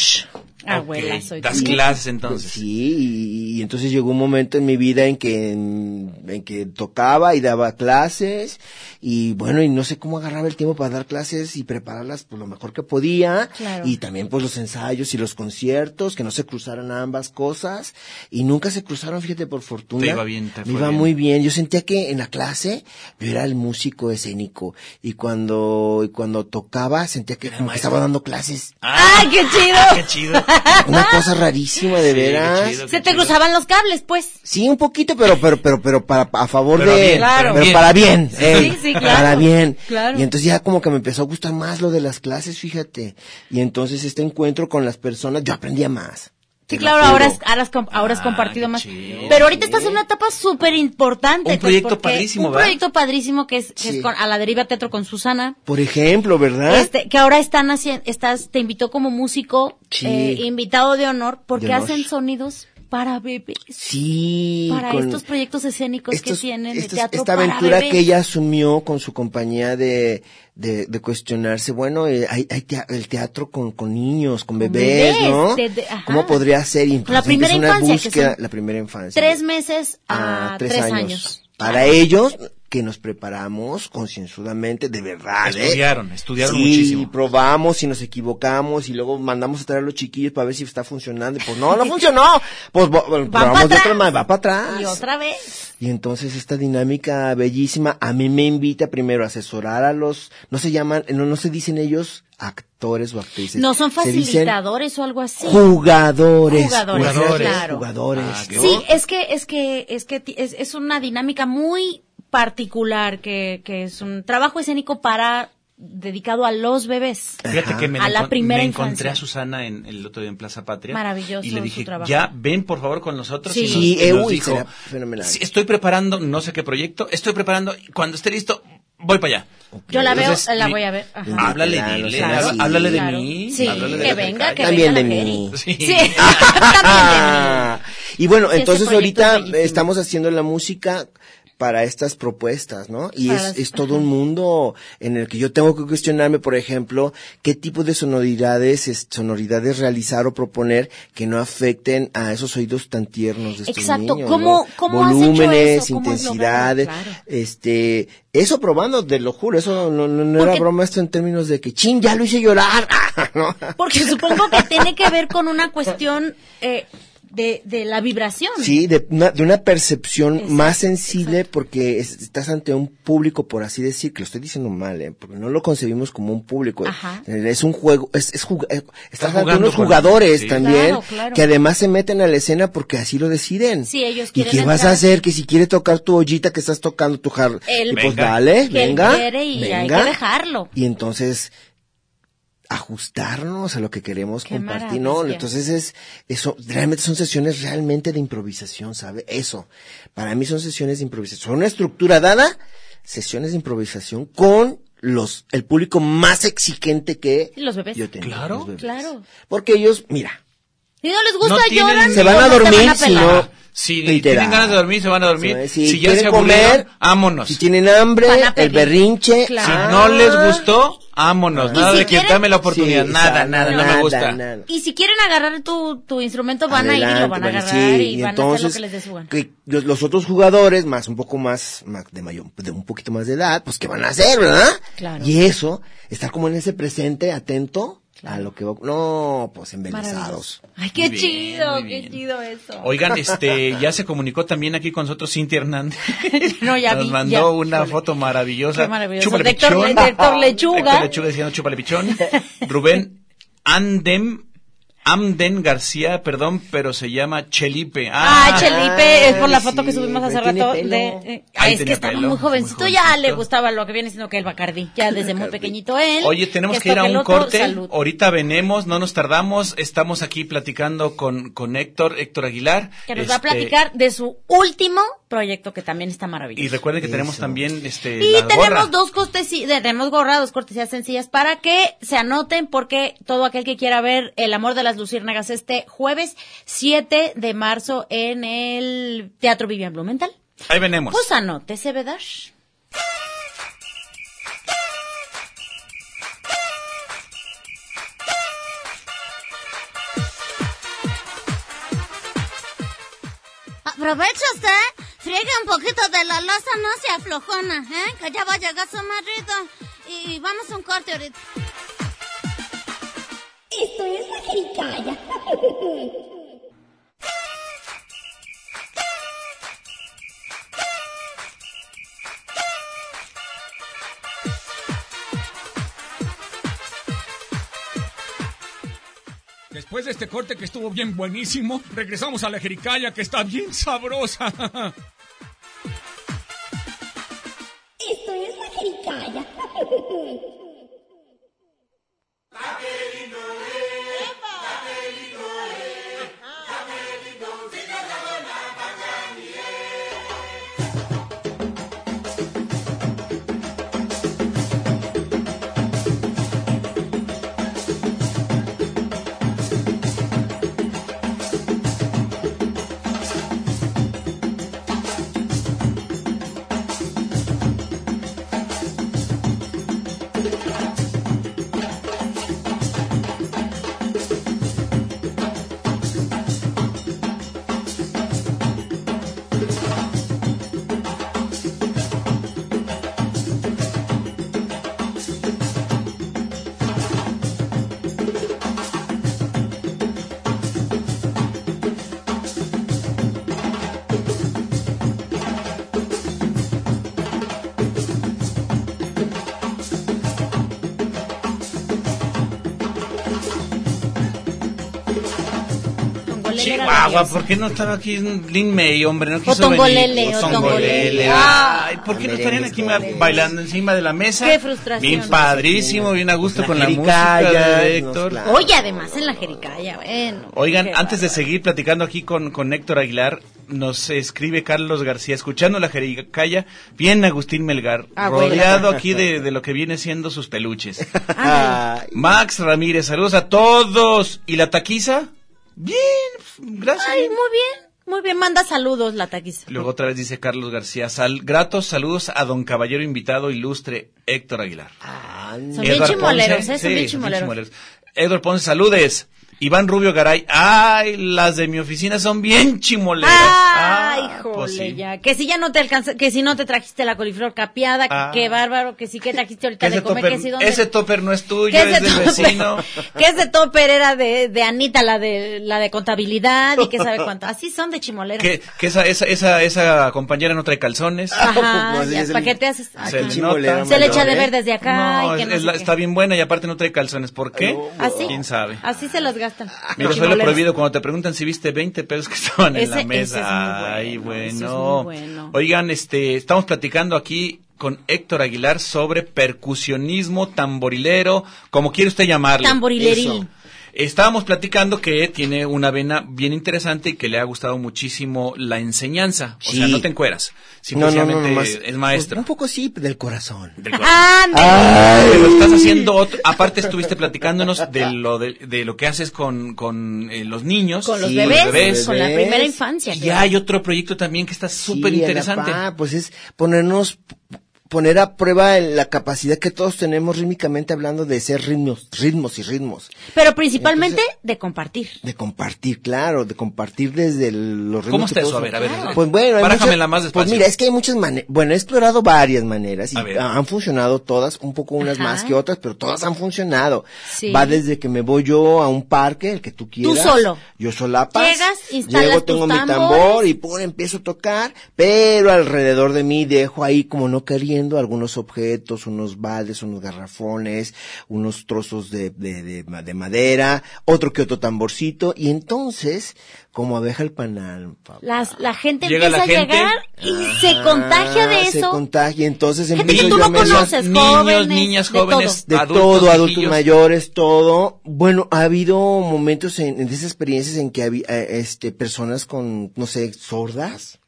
B: Abuela,
E: Ok,
B: Ah, soy
E: das
B: tu-
E: clases entonces.
F: pues, Sí, y, y entonces llegó un momento en mi vida en que, en, en que tocaba y daba clases y bueno, y no sé cómo agarraba el tiempo para dar clases y prepararlas pues, lo mejor que podía
B: Claro.
F: y también pues los ensayos y los conciertos, que no se cruzaran ambas cosas y nunca se cruzaron, fíjate, por fortuna.
E: Te iba bien, te
F: me
E: fue
F: iba
E: bien.
F: muy bien. Yo sentía que en la clase yo era el músico escénico y cuando, y cuando tocaba sentía que como que estaba dando clases.
B: ¡Ay, Ah, qué
E: Ah, Qué
B: chido!
F: <laughs>
E: chido.
F: Una cosa rarísima, de
E: Sí, qué
F: veras.
E: chido,
B: Se
E: qué
B: te
E: chido.
B: cruzaban los cables, pues.
F: Sí, un poquito, pero pero pero pero para a favor
E: Pero
F: de
E: bien, Claro. pero
F: pero
E: bien.
F: para bien, eh,
B: sí, claro,
F: para bien.
A: claro.
F: Y entonces ya como que me empezó a gustar más lo de las clases, fíjate. Y entonces este encuentro con las personas, yo aprendía más.
B: Sí,
F: te lo
B: claro,
F: juro.
B: ahora, es- ahora, has, com- ahora has
E: Ah,
B: compartido
E: qué
B: más.
E: chido.
B: Pero ahorita estás en una etapa súper importante.
E: Un
B: pues,
E: proyecto
B: porque-
E: padrísimo,
B: Un
E: ¿verdad?
B: proyecto padrísimo que es, que es
F: Sí.
B: con- a la deriva teatro con Susana.
F: Por ejemplo, ¿verdad?
B: Este, que ahora están haciendo, estás, te invitó como músico,
F: Sí.
B: eh, invitado de honor, porque
F: De honor.
B: hacen sonidos para bebés,
F: sí,
B: para
F: con
B: estos proyectos escénicos
F: estos-
B: que tienen de
F: estos-
B: teatro
F: esta
B: para
F: aventura
B: bebés.
F: que ella asumió con su compañía de de, de cuestionarse, bueno, eh, hay, hay tea- el teatro con, con niños, con bebés,
B: bebés,
F: ¿no?
B: de- de- ajá.
F: ¿Cómo podría ser? Y
B: La
F: entonces
B: primera
F: empieza una
B: infancia, que
F: búsqueda,
B: son
F: la primera infancia.
B: Tres meses a,
F: a
B: tres, años.
F: Ah,
B: Ah.
F: Para ellos, que nos preparamos concienzudamente, de verdad, ¿eh?
E: Estudiaron, estudiaron
F: Sí, Y
E: muchísimo.
F: probamos y nos equivocamos y luego mandamos a traer a los chiquillos para ver si está funcionando. Y pues no, no funcionó. Pues bo- bueno,
B: Va para
F: probamos de otra
B: atrás.
F: manera, va para atrás.
B: Y otra vez.
F: Y entonces esta dinámica bellísima a mí me invita primero a asesorar a los, no se llaman, no, no se dicen ellos actores o actrices.
B: No son
F: Se dicen
B: facilitadores o algo así.
F: Jugadores.
B: Jugadores,
F: jugadores,
B: claro.
F: jugadores.
E: Ah, qué
F: ¿no?
B: Sí, es que, es que, es que ti- es, es una dinámica muy particular que, que es un trabajo escénico para, dedicado a los bebés.
E: Fíjate que me,
B: A
E: la
B: la
E: encon-
B: primera
E: me
B: infancia.
E: encontré a Susana en el otro día en Plaza Patria.
B: Maravilloso
E: Y le dije,
B: su trabajo.
E: ya ven por favor con nosotros.
B: Sí.
E: Y nos,
F: Sí,
E: y
F: eh,
E: nos
F: uy,
E: dijo,
F: será fenomenal.
E: "Sí, estoy preparando no sé qué proyecto, estoy preparando, cuando esté listo, voy para allá.
B: Yo la veo,
E: Entonces,
B: la
E: mi-
B: voy a ver. Ajá.
E: Háblale,
F: Claro,
E: dile,
F: claro,
E: háblale- háblale de
B: claro.
E: mí.
B: Sí,
E: háblale de
B: que
E: la
B: venga, que
E: Tlaxcala".
F: También
B: venga la
F: de
B: Jeri.
F: mí.
E: Sí.
B: Sí, <laughs> también de mí.
F: Ah, y bueno,
B: Sí, ese
F: entonces
B: proyecto es
F: ahorita
B: bellísimo.
F: eh, estamos haciendo la música para estas propuestas, ¿no? Y
B: Para
F: es,
B: las-
F: es todo un mundo en el que yo tengo que cuestionarme, por ejemplo, qué tipo de sonoridades, es- sonoridades realizar o proponer que no afecten a esos oídos tan tiernos de estos
B: Exacto.
F: niños,
B: ¿Cómo-
F: ¿no?
B: cómo has hecho
F: Volúmenes,
B: eso? ¿Cómo has logrado?
F: intensidades,
B: Claro.
F: este, eso probando, te lo juro, eso no, no- no era
B: Porque-
F: broma esto en términos de que, chin, ya lo hice llorar, <laughs> ¿no?
B: Porque supongo que tiene que ver con una cuestión eh, de, de la vibración.
F: Sí, de una, de una percepción
B: Exacto,
F: más sensible porque es- estás ante un público, por así decir, que lo estoy diciendo mal, ¿eh? porque no lo concebimos como un público.
B: Ajá.
F: Eh, Es un juego, es, es jug- eh, estás ante
E: jugando
F: unos
E: con-
F: jugadores
E: sí.
F: también
B: Claro, claro.
F: que además se meten a la escena porque así lo deciden.
B: Sí, ellos
F: ¿Y
B: quieren
F: qué vas
B: entrar.
F: a hacer? Que si quiere tocar tu ollita que estás tocando tu jar,
B: Él-
F: y pues
E: Venga.
F: dale,
B: Que él
F: venga,
B: quiere y hay
F: venga.
B: que dejarlo.
F: Y entonces ajustarnos a lo que queremos
B: Qué
F: compartir, ¿no?
B: maravilla.
F: Entonces es, eso, realmente son sesiones realmente de improvisación, ¿sabe? Eso. Para mí son sesiones de improvisación. Son una estructura dada, sesiones de improvisación con los, el público más exigente que
B: Los bebés.
F: yo tengo.
E: Claro.
F: los bebés.
B: Claro.
F: Porque ellos, mira,
B: Si no les gusta,
E: No tienen-
B: lloran.
F: se van a
B: o no te
F: dormir
B: van a
F: si
B: pelar.
F: no,
E: Si
F: Literal.
E: tienen ganas de dormir, se van a dormir.
F: si,
E: si ya
F: quieren
E: se
F: comer,
E: comer, vámonos.
F: Si tienen hambre,
B: Van a
F: el
B: pedir.
F: berrinche.
B: Claro.
E: Si
F: ah,
E: no les gustó, vámonos.
B: Y
E: Nada
B: si
E: de
B: quieren-
E: quitarme la oportunidad.
F: sí,
E: nada,
F: exacto,
E: nada, no me gusta.
F: nada.
B: Y si quieren agarrar tu, tu instrumento, van a ir y lo van a
F: Adelante,
B: agarrar
F: van sí,
B: y, van a hacer lo que les dé su gana.
F: que los, los otros jugadores, más un poco más, más de mayor, de un poquito más de edad, pues que van a hacer, ¿verdad?
B: Claro.
F: Y eso, estar como en ese presente, atento a lo que va, no, pues embelesados.
B: Maravilloso. Ay, qué
E: Muy bien,
B: chido,
E: muy
B: qué
E: bien.
B: chido eso.
E: Oigan, este, ya se comunicó también aquí con nosotros Cintia Hernández.
B: <laughs> No, ya
E: Nos
B: vi,
E: mandó
B: ya.
E: una
B: Híjole.
E: foto maravillosa.
B: Qué maravilloso.
E: Chúpale
B: De Héctor-
E: pichón.
B: de Héctor Lechuga.
E: Héctor Lechuga diciendo chúpale
B: <laughs>
E: pichón. Rubén Andem, Amden García, perdón, pero se llama Chelipe.
B: Ah, Chelipe, es por la
F: sí,
B: foto que subimos hace
F: tiene
B: rato.
F: pelo.
B: De, eh,
E: Ahí
B: es que
E: tiene
B: estaba
E: pelo,
B: muy jovencito,
E: muy
B: ya
E: jovencito.
B: le gustaba lo que viene siendo que el Bacardí. Ya desde muy pequeñito él.
E: Oye, tenemos que ir
B: esto,
E: a
B: el
E: un
B: otro,
E: corte. Oh,
B: salud.
E: Ahorita venemos, no nos tardamos. Estamos aquí platicando con, con Héctor, Héctor Aguilar.
B: Que nos va a
E: Este,
B: platicar de su último proyecto que también está maravilloso.
E: Y recuerden que tenemos
F: Eso.
E: también este.
B: Y
E: la
B: tenemos
E: gorra.
B: dos cortesías, tenemos gorra, dos cortesías sencillas para que se anoten porque todo aquel que quiera ver El amor de las luciérnagas este jueves 7 de marzo en el Teatro Vivian Blumenthal.
E: Ahí venimos.
B: Pues anótese, ¿verdad?
I: Aprovecha usted, friegue un poquito de la loza, no se aflojona, ¿eh? Que ya va a llegar su marido. Y, y vamos a un corte ahorita. Esto es la jericaya.
D: Después de este corte que estuvo bien buenísimo, regresamos a la jericaya que está bien sabrosa.
I: Esto es la jericaya.
B: Tongolele era
E: Chihuahua,
B: maravilloso.
E: ¿por qué no estaba aquí Lin May, hombre? No quiso
B: Otongolele,
E: venir.
B: Otongolele.
E: Ay, ¿por qué no estarían aquí ma- bailando encima de la mesa?
B: Qué frustración.
E: Bien padrísimo, bien a gusto
F: La
E: con la música
F: jericaya,
E: de
F: nos-
E: Héctor.
F: claro.
B: Oye, además en la jericaya, bueno.
E: Oigan,
B: qué
E: antes de
B: bárbaro.
E: seguir platicando aquí con, con Héctor Aguilar, nos escribe Carlos García, escuchando la jericaya, bien Agustín Melgar,
B: Abuela.
E: rodeado aquí de, de lo que viene siendo sus
F: <laughs>
E: peluches.
F: Ay,
E: Max Ramírez, saludos a todos. ¿Y la taquiza? Bien, gracias.
B: Ay, muy bien, muy bien, manda saludos la taquiza.
E: Luego otra vez dice Carlos García, sal- gratos saludos a don caballero invitado ilustre Héctor Aguilar.
F: ándale.
B: Son bien
E: Edward
B: chimoleros,
E: Ponce,
B: ¿eh? Son bien
E: sí, son
B: chimoleros.
E: Edward Ponce, saludes. Iván Rubio Garay, ay, las de mi oficina son bien chimoleras.
B: Ay,
E: Ah,
B: jole,
E: pues sí.
B: ya. Que si ya no te alcanza, que si no te trajiste la coliflor capeada, que-
E: Ah.
B: que bárbaro, que sí que trajiste
E: Que
B: ahorita
E: ese,
B: de comer,
E: topper,
B: que si dónde.
E: ese topper no es tuyo,
B: que
E: es del
B: topper-
E: vecino.
B: <laughs> que ese topper era de, de Anita, la de, la de contabilidad y que sabe cuánto. Así son de chimolera.
E: que que esa, esa, esa, esa compañera no trae calzones.
B: Ajá,
F: <laughs> No, sí,
B: ya,
F: es el-
B: ¿para qué te haces?
F: Ah,
E: Se
F: qué
E: le
F: chimolera
E: nota.
B: Se le
F: mayor,
B: echa de
F: ¿eh?
B: ver desde acá
E: No,
B: y que
E: es-
B: no
E: es
B: sé
E: la-
B: qué. ¿Ah,
E: está bien buena y aparte no trae calzones. ¿Por qué?
B: Así,
E: ¿Quién sabe?
B: Así se las gastan.
E: Mira,
B: Los
E: fue lo
B: chimoleros.
E: prohibido cuando te preguntan si viste 20 pesos que estaban en
B: Ese-
E: la
B: ese
E: mesa.
B: es muy
E: Ay,
B: bueno, ese es
E: bueno.
B: muy bueno.
E: Oigan, este, estamos platicando aquí con Héctor Aguilar sobre percusionismo tamborilero, como quiere usted llamarlo.
B: Tamborileril.
E: Estábamos platicando que tiene una vena bien interesante y que le ha gustado muchísimo la enseñanza. O sea,
F: Sí.
E: no te encueras.
F: No, no,
E: Simplemente
F: no, nomás- pues,
E: es maestro.
F: Un poco sí, del corazón.
E: del cuerpo.
B: <laughs>
E: Ah,
B: Ándale.
E: Pero estás haciendo otro- aparte estuviste platicándonos de lo de, de lo que haces con, con eh, los niños.
B: Con los
F: Sí,
B: bebés,
F: los
E: bebés.
B: con la
F: bebés.
B: primera infancia.
E: Y ya hay otro proyecto también que está súper interesante.
F: Ah, pues es ponernos, poner a prueba el- la capacidad que todos tenemos rítmicamente hablando de ser ritmos, ritmos y ritmos.
B: Pero principalmente de compartir.
F: De compartir, claro, de compartir desde el- los ritmos.
E: ¿Cómo está
F: que
E: eso? A
F: todos-
E: ver, a ver. a ver.
F: Pues bueno, hay
E: Barájamela
F: muchas-
E: más despacio.
F: Pues mira, es que hay muchas maneras. Bueno, he explorado varias maneras y
E: A ver.
F: ah, han funcionado todas, un poco unas
B: Ajá.
F: más que otras, pero todas han funcionado.
B: Sí.
F: Va desde que me voy yo a un parque, el que tú quieras.
B: solo.
F: Yo solapas.
B: Llegas, instalas
F: Llego,
B: tus
F: tengo mi tambor
B: tambores.
F: y pum, empiezo a tocar, pero alrededor de mí dejo ahí como no queriendo algunos objetos, unos baldes, unos garrafones, unos trozos de, de, de, ma- de madera, otro que otro tamborcito, y entonces, como abeja el panal, papá.
B: Las, la gente
E: Llega la
B: empieza a
E: gente.
B: llegar y se
F: Ah,
B: contagia de
F: Se
B: eso.
F: contagia, entonces
B: Gente
F: empiezo
B: que tú
F: yo
B: no
F: a medio-
B: conoces,
E: niños,
B: jóvenes,
E: niñas,
B: de
E: jóvenes.
F: pues, de
E: Adultos,
F: todo, adultos
E: chiquillos.
F: mayores, todo. Bueno, ha habido momentos en, en esas experiencias en que había, eh, este, personas con, no sé, sordas.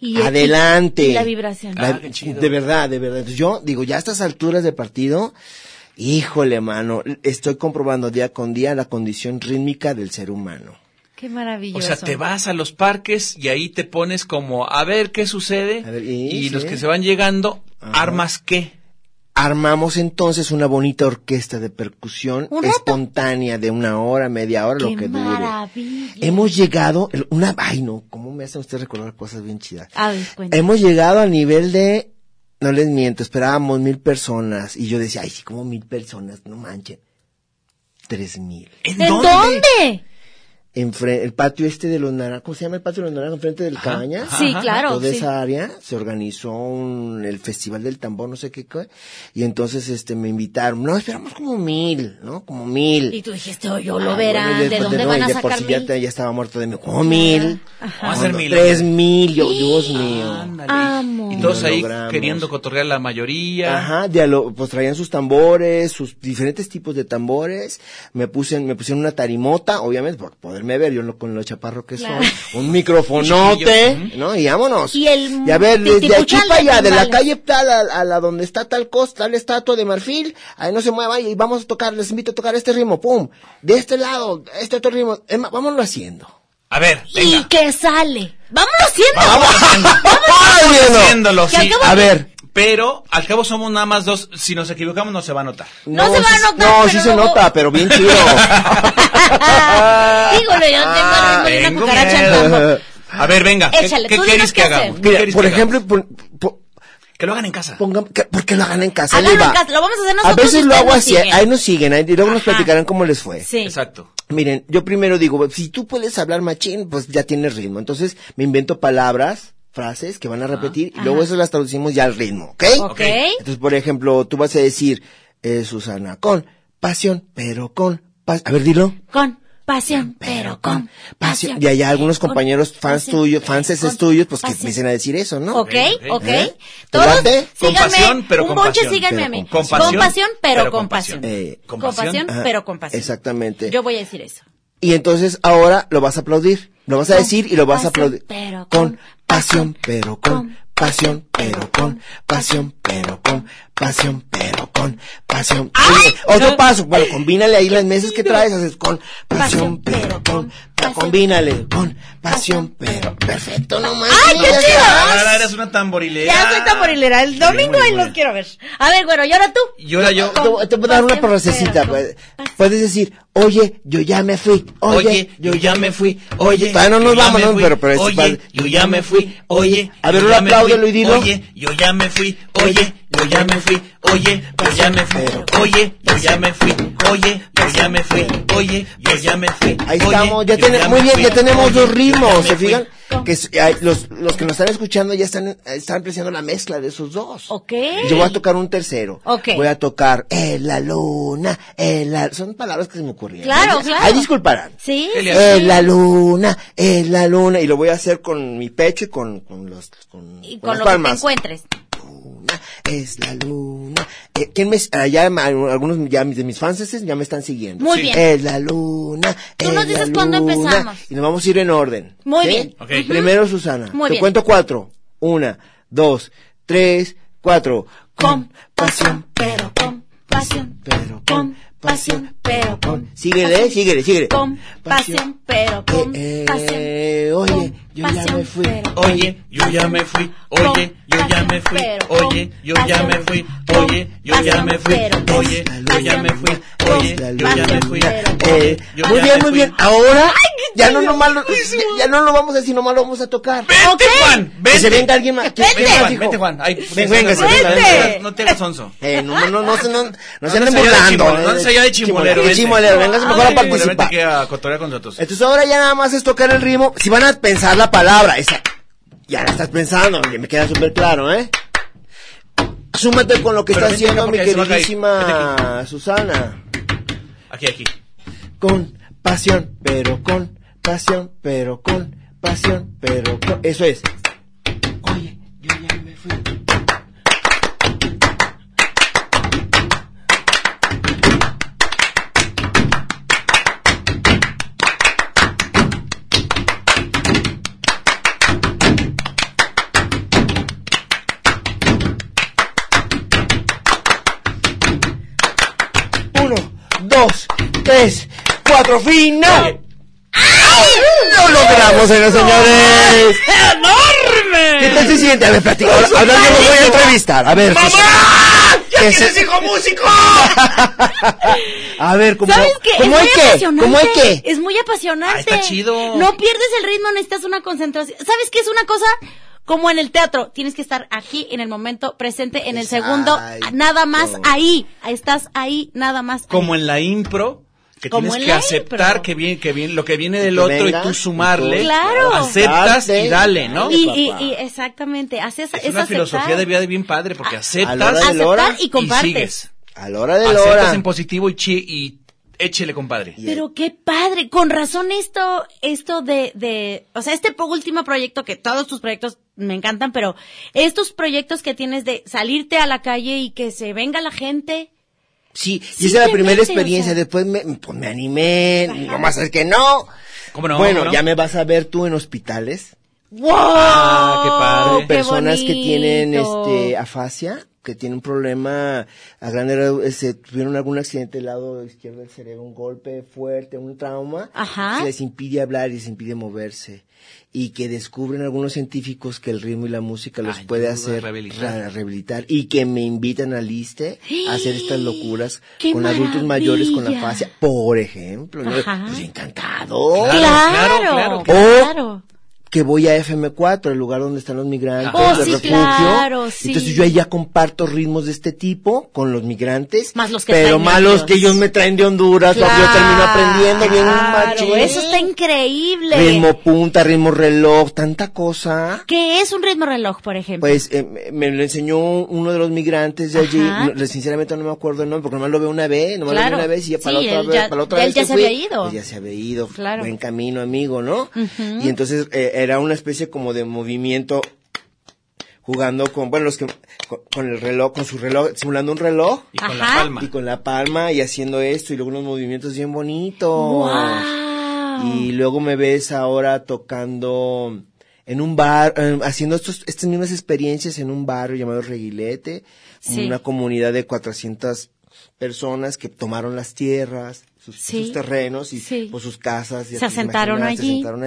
B: Y-
F: Adelante.
B: y la vibración.
F: La- de verdad, de verdad. Entonces, yo digo, ya a estas alturas de partido, híjole, mano, estoy comprobando día con día la condición rítmica del ser humano.
B: Qué maravilloso.
E: O sea, te vas a los parques y ahí te pones como a ver qué sucede
F: A ver,
E: y,
F: y- sí.
E: los que se van llegando, armas qué.
F: Armamos entonces una bonita orquesta de percusión
B: Un rato.
F: espontánea de una hora, media hora,
B: Qué
F: lo que dure.
B: maravilla.
F: Hemos llegado, el- una, ay no, cómo me hacen ustedes recordar cosas bien chidas.
B: A ver, Ah, cuenta.
F: Hemos llegado al nivel de, no les miento, esperábamos mil personas y yo decía, ay, sí, como mil personas, no manchen. Tres mil.
B: ¿En dónde?
F: Enfre- el patio este de los naranjos, ¿cómo se llama el patio de los naranjos? Enfrente del cabaña.
B: Sí, claro.
F: Toda
B: sí.
F: esa área se organizó un- el festival del tambor, no sé qué, co- y entonces este me invitaron. No, esperamos como mil, ¿no? Como mil.
B: Y tú dijiste, oh, yo
F: Ah,
B: lo
F: bueno,
B: verán,
F: y
B: ¿de
F: después
B: dónde
F: no,
B: van
F: y
B: a
F: de por
B: sacar
F: sí ya,
B: mil?
F: te- ya estaba muerto de mí. ¿Cómo mil?
E: Va a ser
F: Cuando
E: mil.
F: Tres mil, yo, Dios mío.
E: Ándale.
B: Amo.
E: Y todos
F: Lo
E: ahí
F: logramos.
E: queriendo cotorrear la mayoría.
F: Ajá, dialo- pues traían sus tambores, sus diferentes tipos de tambores. Me puse, me pusieron una tarimota, obviamente, para poderme ver, yo lo- con lo chaparro que
B: Claro.
F: soy. Un microfonote, ¿no? Y vámonos.
B: Y el
F: Y a ver, desde aquí
B: pitipuchal
F: para
B: de
F: allá, de la
B: timbales.
F: calle tal a, a la donde está tal cosa, tal estatua de marfil, ahí no se mueva y vamos a tocar, les invito a tocar este ritmo, pum. De este lado, este otro ritmo, Es más, vámonos haciendo.
E: A ver,
B: ¿Y
E: venga.
B: qué sale? ¡Vámonos siendo! <laughs>
F: Ah, ¡Vámonos!
E: Haciéndolo,
B: Que al
E: sí.
B: cabo-
F: A ver.
E: Pero al cabo somos nada más dos. Si nos equivocamos no se va a notar.
B: No se va a
F: sí-
B: notar,
F: No,
B: pero
F: sí se
B: luego-
F: nota, pero bien chido.
E: <laughs>
B: <laughs> Dígolo, yo
F: Ah,
B: tengo el ritmo de una
E: tengo
B: cucaracha en
E: miedo.
F: <laughs>
B: tambor.
E: A ver, venga. ¿qué-
B: Échale,
E: ¿Qué,
B: tú
E: quieres
B: dinos
E: que
B: qué hacer.
E: hagamos? ¿Qué
F: Mira,
E: quieres
F: por
E: que hagamos?
F: ejemplo, pon- pon-
E: Que lo hagan en casa.
F: pongan, que- ¿por qué lo hagan en casa? Ahí
B: Háganlo en
F: va.
B: casa, lo vamos a hacer
F: A
B: nosotros.
F: veces
B: y
F: lo
B: ustedes
F: hago
B: nos
F: así,
B: siguen.
F: ahí nos siguen, ahí, y luego nos
B: Ajá.
F: platicarán cómo les fue.
B: Sí.
E: Exacto.
F: Miren, yo primero digo, si tú puedes hablar machín, pues ya tienes ritmo. Entonces me invento palabras, frases que van a repetir y luego eso las traducimos ya al ritmo, ¿ok?
B: Ok.
F: Entonces, por ejemplo, tú vas a decir, eh, Susana, con pasión, pero con... pas- a ver, dilo.
B: Con pasión, pero con
F: Pasión.
B: pasión.
F: Y allá algunos
B: Con
F: compañeros fans
B: pasión,
F: tuyos,
B: pero
F: fans
B: con
F: tuyos, pues que
B: pasión.
F: empiecen a decir eso, ¿no?
B: Ok, ok.
F: ¿Eh?
B: Todos,
F: Late.
B: síganme.
E: Con pasión, pero
B: un
E: con
B: bonche,
E: pasión.
B: síganme
F: Pero
B: a mí.
E: con
B: Con
E: pasión.
B: pasión, pero,
E: Pero con
B: con pasión.
E: pasión.
F: Eh,
B: Con
E: Compasión.
B: pasión,
F: Ajá,
B: pero con pasión.
F: exactamente.
B: Yo voy a decir eso.
F: Y entonces ahora lo vas a aplaudir. Lo vas a
B: Con
F: decir y lo vas
B: pasión,
F: a aplaudir.
B: pero
F: Con
B: con
F: pasión,
B: pasión,
F: pero con
B: con
F: pasión, pero con pasión, pero con pasión, pero con pasión. Oye, Otro paso. Bueno, combínale ahí las mesas que traes. Haces con pasión,
B: Pasión,
F: pero
B: pero
F: con.
B: con
F: pa-
B: pasión.
F: Combínale con pasión, pero. Perfecto, no más.
B: ¡Ay, qué chido!
E: Ahora Ah, eres una tamborilera.
A: Ya soy tamborilera. El domingo
E: muy
A: ahí
E: buena.
A: los quiero ver.
B: A ver, güero, y ahora tú.
E: Y ahora yo.
F: Te, te puedo dar una
B: Pasión,
F: procesita.
B: pero
F: pues.
B: con pasión.
F: Puedes decir, oye, yo ya me fui. Oye, yo ya me fui. Oye, todavía no nos
E: yo ya
F: vamos,
E: me
F: ¿no?
E: fui.
F: pero, pero es padre.
E: Oye, yo ya me fui. Oye,
F: A ver,
E: yo
F: ahora
E: ya me
F: apláudelo
E: fui.
F: y dilo.
E: Oye, yo ya me fui. Oye, yo ya me fui. Oye, yo ya me fui. Oye, yo ya me fui. Oye, yo ya me fui. Oye, yo ya me fui.
F: Ahí
E: Oye,
F: estamos, ya
E: yo
F: tenemos,
E: me
F: muy bien,
E: fui.
F: ya tenemos
E: Oye,
F: dos
E: yo ya me
F: ritmos, ¿se
E: fui.
F: fijan? Que s- hay- los, los que nos están escuchando ya están, están apreciando la mezcla de esos dos.
B: Ok.
F: Yo voy a tocar un tercero.
B: Ok.
F: Voy a tocar, en la luna, en la, son palabras que se me ocurrieron.
B: Claro,
F: Ahí-
B: claro.
F: Ahí disculparán.
B: Sí.
E: Eli-
F: En la luna, en la luna, y lo voy a hacer con mi pecho y con, con los, con,
B: Y
F: con
B: con
F: las
B: lo que te
F: palmas.
B: encuentres.
F: Luna, es la luna. Eh, ¿Quién me, ah, ya, ma- algunos ya mis- de mis fans ya me están siguiendo.
B: Muy Sí. bien.
F: Es la luna.
B: Tú
F: es
B: nos
F: la
B: dices cuándo
F: luna.
B: empezamos.
F: Y nos vamos a ir en orden.
B: Muy bien.
E: Ok.
F: Primero Susana.
B: Muy
F: Te
B: bien.
F: cuento cuatro. Una, dos, tres, cuatro.
B: Con pasión, pero con pasión.
F: Pero
B: Con pasión, pero con.
F: Síguele,
B: pasión.
F: síguele, síguele.
B: Con pasión, pero con.
F: Eh, eh,
B: Pasión.
F: oye,
B: Con
F: yo ya
B: pasión,
F: me fui.
B: pero con
E: Oye, yo ya me fui. Oye, yo ya me fui. Oye, yo ya me fui. Oye, yo ya me fui. Oye, yo ya me fui. Oye, yo ya me fui. Oye,
F: Eh,
E: yo
F: muy
E: ya
F: bien,
E: me
F: muy
E: fui.
F: bien. Ahora ya no nomás lo, ya, ya no lo vamos a decir, nomás lo vamos a tocar.
E: Vente, Juan.
F: Que se
E: Vente.
F: venga alguien más.
E: Vente,
F: más,
E: Juan.
F: hijo.
E: Vente, Juan. Ay,
F: Ven, venga, se venga, venga.
E: No, No te hagas sonso.
F: Eh, no, no, no, no, se- no, no, se
E: Pues No
F: anden
E: se haya de
F: burlando.
E: chimbol- no
F: eh,
E: se haya de chimbolero, vente.
F: Chimbolero, véngase mejor a
E: Ay, pero Vente
F: participar.
E: que a cotorrear con nosotros.
F: Entonces ahora ya nada más es tocar el ritmo. Si van a pensar la palabra, esa, ya la estás pensando, que me queda súper claro, ¿eh? Súmate con lo que
E: Pero
F: está
E: vente acá
F: haciendo mi
E: porque se va a caer. Vente
F: queridísima Susana.
E: Aquí, aquí.
F: Con pasión, pero con pasión, pero con pasión, pero con... Eso es. Oye, yo ya me fui. Uno, dos, tres, cuatro, final. ¡Lo logramos, señores! señores!
J: ¡Enorme!
F: ¿Qué tal se siente? A ver, platico.
J: Es un
F: Ahora yo los voy a
J: talento.
F: entrevistar. A ver, José-
J: ¡Mamá! ¡Ya
F: Que
J: tienes
F: se-
J: hijo músico!
F: <laughs> a ver, ¿cómo,
B: ¿Sabes qué?
F: ¿cómo
B: es
F: hay
B: muy
F: qué?
B: apasionante.
F: ¿Cómo hay qué?
B: Es muy apasionante.
E: Ah, está chido.
B: No pierdes el ritmo, necesitas una concentración. ¿Sabes qué es una cosa? Como en el teatro, tienes que estar aquí en el momento presente, en el segundo,
F: Exacto.
B: nada más ahí. Estás ahí, nada más.
E: Como en la impro, que
B: Como
E: tienes
B: en
E: que
B: la
E: aceptar
B: impro.
E: que viene, que viene, lo que viene del
F: que
E: otro
F: venga,
E: y tú sumarle.
B: Claro.
E: Aceptas y dale, ¿no?
B: ahí. Y,
E: Es
B: y- y exactamente, haces es
E: una
B: aceptar.
E: filosofía de vida bien padre, porque aceptas
F: hora de la hora
B: aceptar y compartes.
E: sigues.
F: A la hora de la
E: Aceptas
F: hora.
E: en positivo y, chi, y échele, compadre.
B: Pero qué padre, con razón esto, esto de, de, o sea, este po- último proyecto que todos tus proyectos me encantan, pero estos proyectos que tienes de salirte a la calle y que se venga la gente,
F: Sí, y esa es la primera
B: Simplemente, o
F: experiencia.
B: sea.
F: Después me, pues, me animé. Nomás es que no.
E: ¿Cómo no?
F: bueno,
E: ¿Cómo no?
F: ya me vas a ver tú en hospitales.
B: ¡Wow!
E: Ah, qué padre.
B: ¡Qué
F: personas que tienen
B: bonito!
F: este afasia, que tienen un problema a gran grado, este, tuvieron algún accidente del lado izquierdo del cerebro, un golpe fuerte, un trauma,
B: Ajá.
F: que les impide hablar y les impide moverse. Y que descubren algunos científicos que el ritmo y la música los
E: Ayuda
F: puede
E: a
F: hacer
E: rehabilitar.
F: ra- rehabilitar. Y que me invitan al ISTE a hacer estas locuras
B: ¡Qué
F: con adultos mayores con
B: maravilla!
F: afasia, por ejemplo. ¿no?
B: Ajá.
F: Pues encantado.
E: Claro,
B: Claro,
E: claro,
B: claro,
E: claro.
B: claro.
F: que voy a FM4, el lugar donde están los migrantes,
E: Ah.
B: Oh,
F: los
B: sí,
F: refugio.
B: claro, sí.
F: Entonces yo ahí ya comparto ritmos de este tipo con los migrantes,
B: Más los que
F: pero
B: traen
F: más los
B: ellos.
F: que ellos me traen de Honduras, los que yo termino aprendiendo bien
B: Claro,
F: machín.
B: eso está increíble.
F: Ritmo punta, ritmo reloj, tanta cosa.
B: ¿Qué es un ritmo reloj, por ejemplo?
F: Pues eh, me- me lo enseñó uno de los migrantes de allí,
B: Ajá.
F: No, sinceramente no me acuerdo el nombre, porque nomás lo veo una vez, nomás
B: Claro.
F: lo veo una vez y ya para
B: Sí,
F: la
B: él
F: otra vez,
B: ya-
F: para la otra
B: él
F: vez
B: ya
F: que
B: se
F: fui,
B: había ido.
F: pues ya se había ido,
B: Claro.
F: buen camino amigo, ¿no? Y entonces eh, era una especie como de movimiento jugando con, bueno, los que, con, con el reloj, con su reloj, simulando un reloj.
E: Y con la
B: Ajá.
E: palma.
F: Y con la palma y haciendo esto y luego unos movimientos bien bonitos.
B: ¡Guau!
F: Y luego me ves ahora tocando en un bar, eh, haciendo estos, estas mismas experiencias en un barrio llamado Reguilete,
B: Sí.
F: una comunidad de 400 personas que tomaron las tierras, sus,
B: Sí.
F: sus terrenos y
B: Sí.
F: pues, sus casas. ya
B: Se
F: te
B: asentaron
F: imaginarás,
B: allí.
F: Se asentaron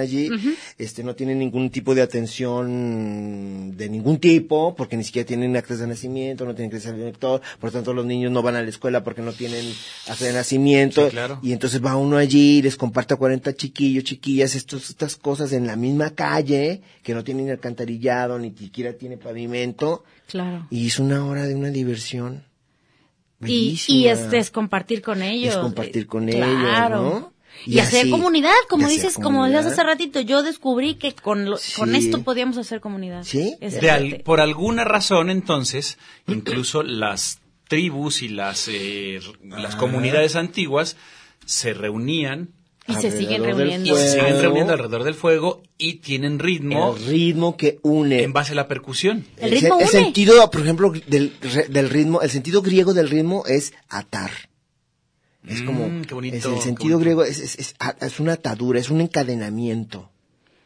F: allí. Este, no tienen ningún tipo de atención de ningún tipo, porque ni siquiera tienen actas de nacimiento, no tienen que ser director, por tanto los niños no van a la escuela porque no tienen acta de nacimiento.
E: Sí, claro.
F: Y entonces va uno allí y les comparte a 40 chiquillos, chiquillas, estos, estas cosas en la misma calle, que no tienen alcantarillado, ni siquiera tiene pavimento.
B: Claro.
F: Y es una hora de una diversión.
B: Y, este, y
F: bellísima.
B: es, es compartir con ellos.
F: Es compartir con
B: Eh,
F: ellos,
B: claro.
F: ¿no?
B: Y, hacer
F: así,
B: comunidad, como
F: y hacer
B: dices, como decías
F: comunidad.
B: hace ratito, yo descubrí que con, lo- con
F: Sí.
B: esto podíamos hacer comunidad.
F: Sí.
B: Es
E: De al-
B: fuerte.
E: por alguna razón, entonces, incluso las tribus y las, eh, las comunidades antiguas se reunían
B: y se siguen
F: Alrededor del
B: reuniendo.
E: y se siguen
F: Fuego.
E: reuniendo alrededor del fuego y tienen ritmo
F: El ritmo que une.
E: en base a la percusión.
B: El ritmo
F: se-
B: une.
F: sentido, por ejemplo, del, re- del ritmo, el sentido griego del ritmo es atar. Es
E: Mm,
F: como,
E: qué bonito,
F: es
E: qué
F: el sentido
E: bonito.
F: griego es, es, es, a- es una atadura, es un encadenamiento.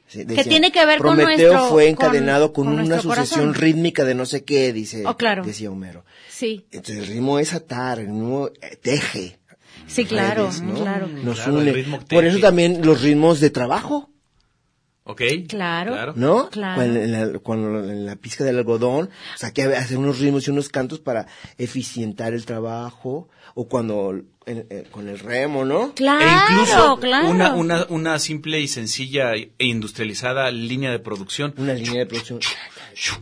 F: Sí, decían,
B: tiene que ver con
F: Prometeo
B: nuestro-
F: fue
B: con-
F: encadenado con,
B: con
F: una
B: nuestro
F: sucesión
B: corazón.
F: rítmica de no sé qué, dice,
B: Oh, claro.
F: decía Homero.
B: Sí,
F: Entonces el ritmo es atar, el ritmo eh, teje.
B: sí, claro,
F: redes, ¿no? E
B: claro.
F: Nos
E: Mm, Claro, el
F: une.
E: ritmo
F: Por
E: teje.
F: eso también los ritmos de trabajo.
E: ¿Ok?
B: Claro.
F: ¿No?
B: Claro.
F: Cuando en la, cuando en la pizca del algodón, o sea, que hacer unos ritmos y unos cantos para eficientar el trabajo, o cuando en- eh, con el remo, ¿no?
B: Claro,
E: e incluso
B: claro.
E: una, una, una simple y sencilla e industrializada línea de producción.
F: Una línea de producción.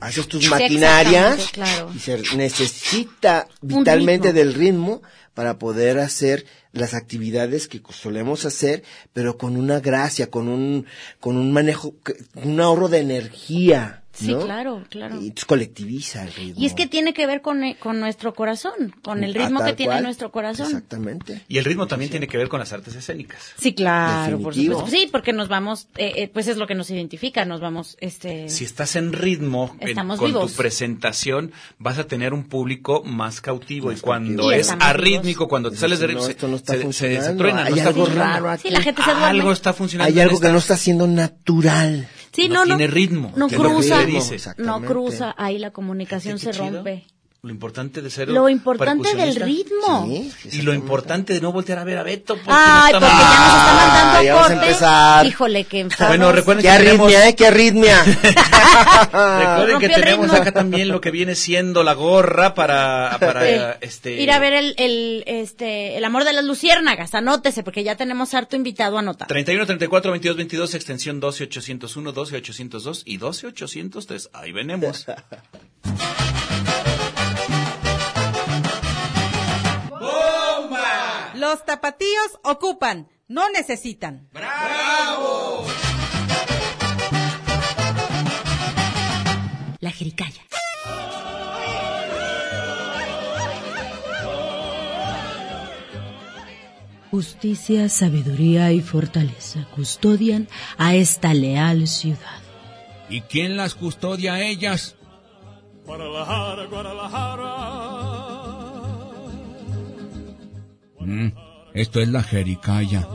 F: Haces tus
B: Sí,
F: maquinarias
B: exactamente, claro.
F: y se necesita vitalmente
B: ritmo.
F: del ritmo para poder hacer las actividades que solemos hacer, pero con una gracia, con un, con un manejo, que- un ahorro de energía.
B: Sí,
F: ¿no?
B: claro, claro.
F: Y entonces colectiviza el ritmo.
B: Y es que tiene que ver con, eh, con nuestro corazón, con el
F: Ah,
B: ritmo que
F: tal
B: tiene
F: cual.
B: nuestro corazón.
F: Exactamente.
E: Y el ritmo también tiene que ver con las artes escénicas.
A: Sí, claro, por
F: Definitivo.
A: supuesto.
B: Sí, porque nos vamos, eh, eh, pues es lo que nos identifica, nos vamos, este...
E: Si estás en ritmo en-
B: Estamos
E: con
B: vivos.
E: tu presentación, vas a tener un público más cautivo. y cuando
B: cautivo. Y
E: es
B: estamos
E: arrítmico,
B: vivos.
E: cuando te
F: Dices,
E: sales de
F: no,
E: ritmo, se,
F: esto no está
E: se- se- se
F: funcionando.
E: truena,
F: Hay
E: no está
F: algo
E: funcionando.
F: raro aquí.
B: Sí, la gente se duerme.
E: Algo está funcionando.
F: Hay algo
E: en esta-
F: que no está siendo natural.
B: Sí,
E: no tiene ritmo,
B: No
E: que es lo que
B: cruza,
E: le dice.
B: no
F: Exactamente.
B: cruza, ahí la comunicación
E: Fíjate
B: se
E: qué chido.
B: rompe.
E: Lo importante de ser
B: Lo
E: un
B: importante del
E: percusionista.
B: ritmo.
E: Y lo importante de no voltear a ver a Beto. Porque
B: Ay,
E: no
B: porque
E: está
B: ya nos está
E: mal.
B: mandando
F: Ah, ya vamos a
B: corte.
F: empezar.
B: Híjole, que
E: Bueno, recuerden
F: ¡Qué
E: que tenemos,
F: arritmia, eh!
E: <laughs>
F: ¡Qué arritmia!
E: recuerden que
B: Rompió el
E: tenemos
B: ritmo.
E: acá también lo que viene siendo la gorra para,
F: eh,
E: para este,
B: Ir a ver el, el, este, el amor de las luciérnagas. Anótese, porque ya tenemos harto invitado a anotar.
E: 31, 34, 22, 22, extensión 12, 801, 12, 802 y 12, 803. Ahí
F: <laughs>
E: venemos.
A: Los tapatíos ocupan, no necesitan.
H: La jericaya. Justicia, sabiduría y fortaleza custodian a esta leal ciudad.
D: <laughs> ¿Y quién las custodia a ellas? Mm, esto es la jericaya.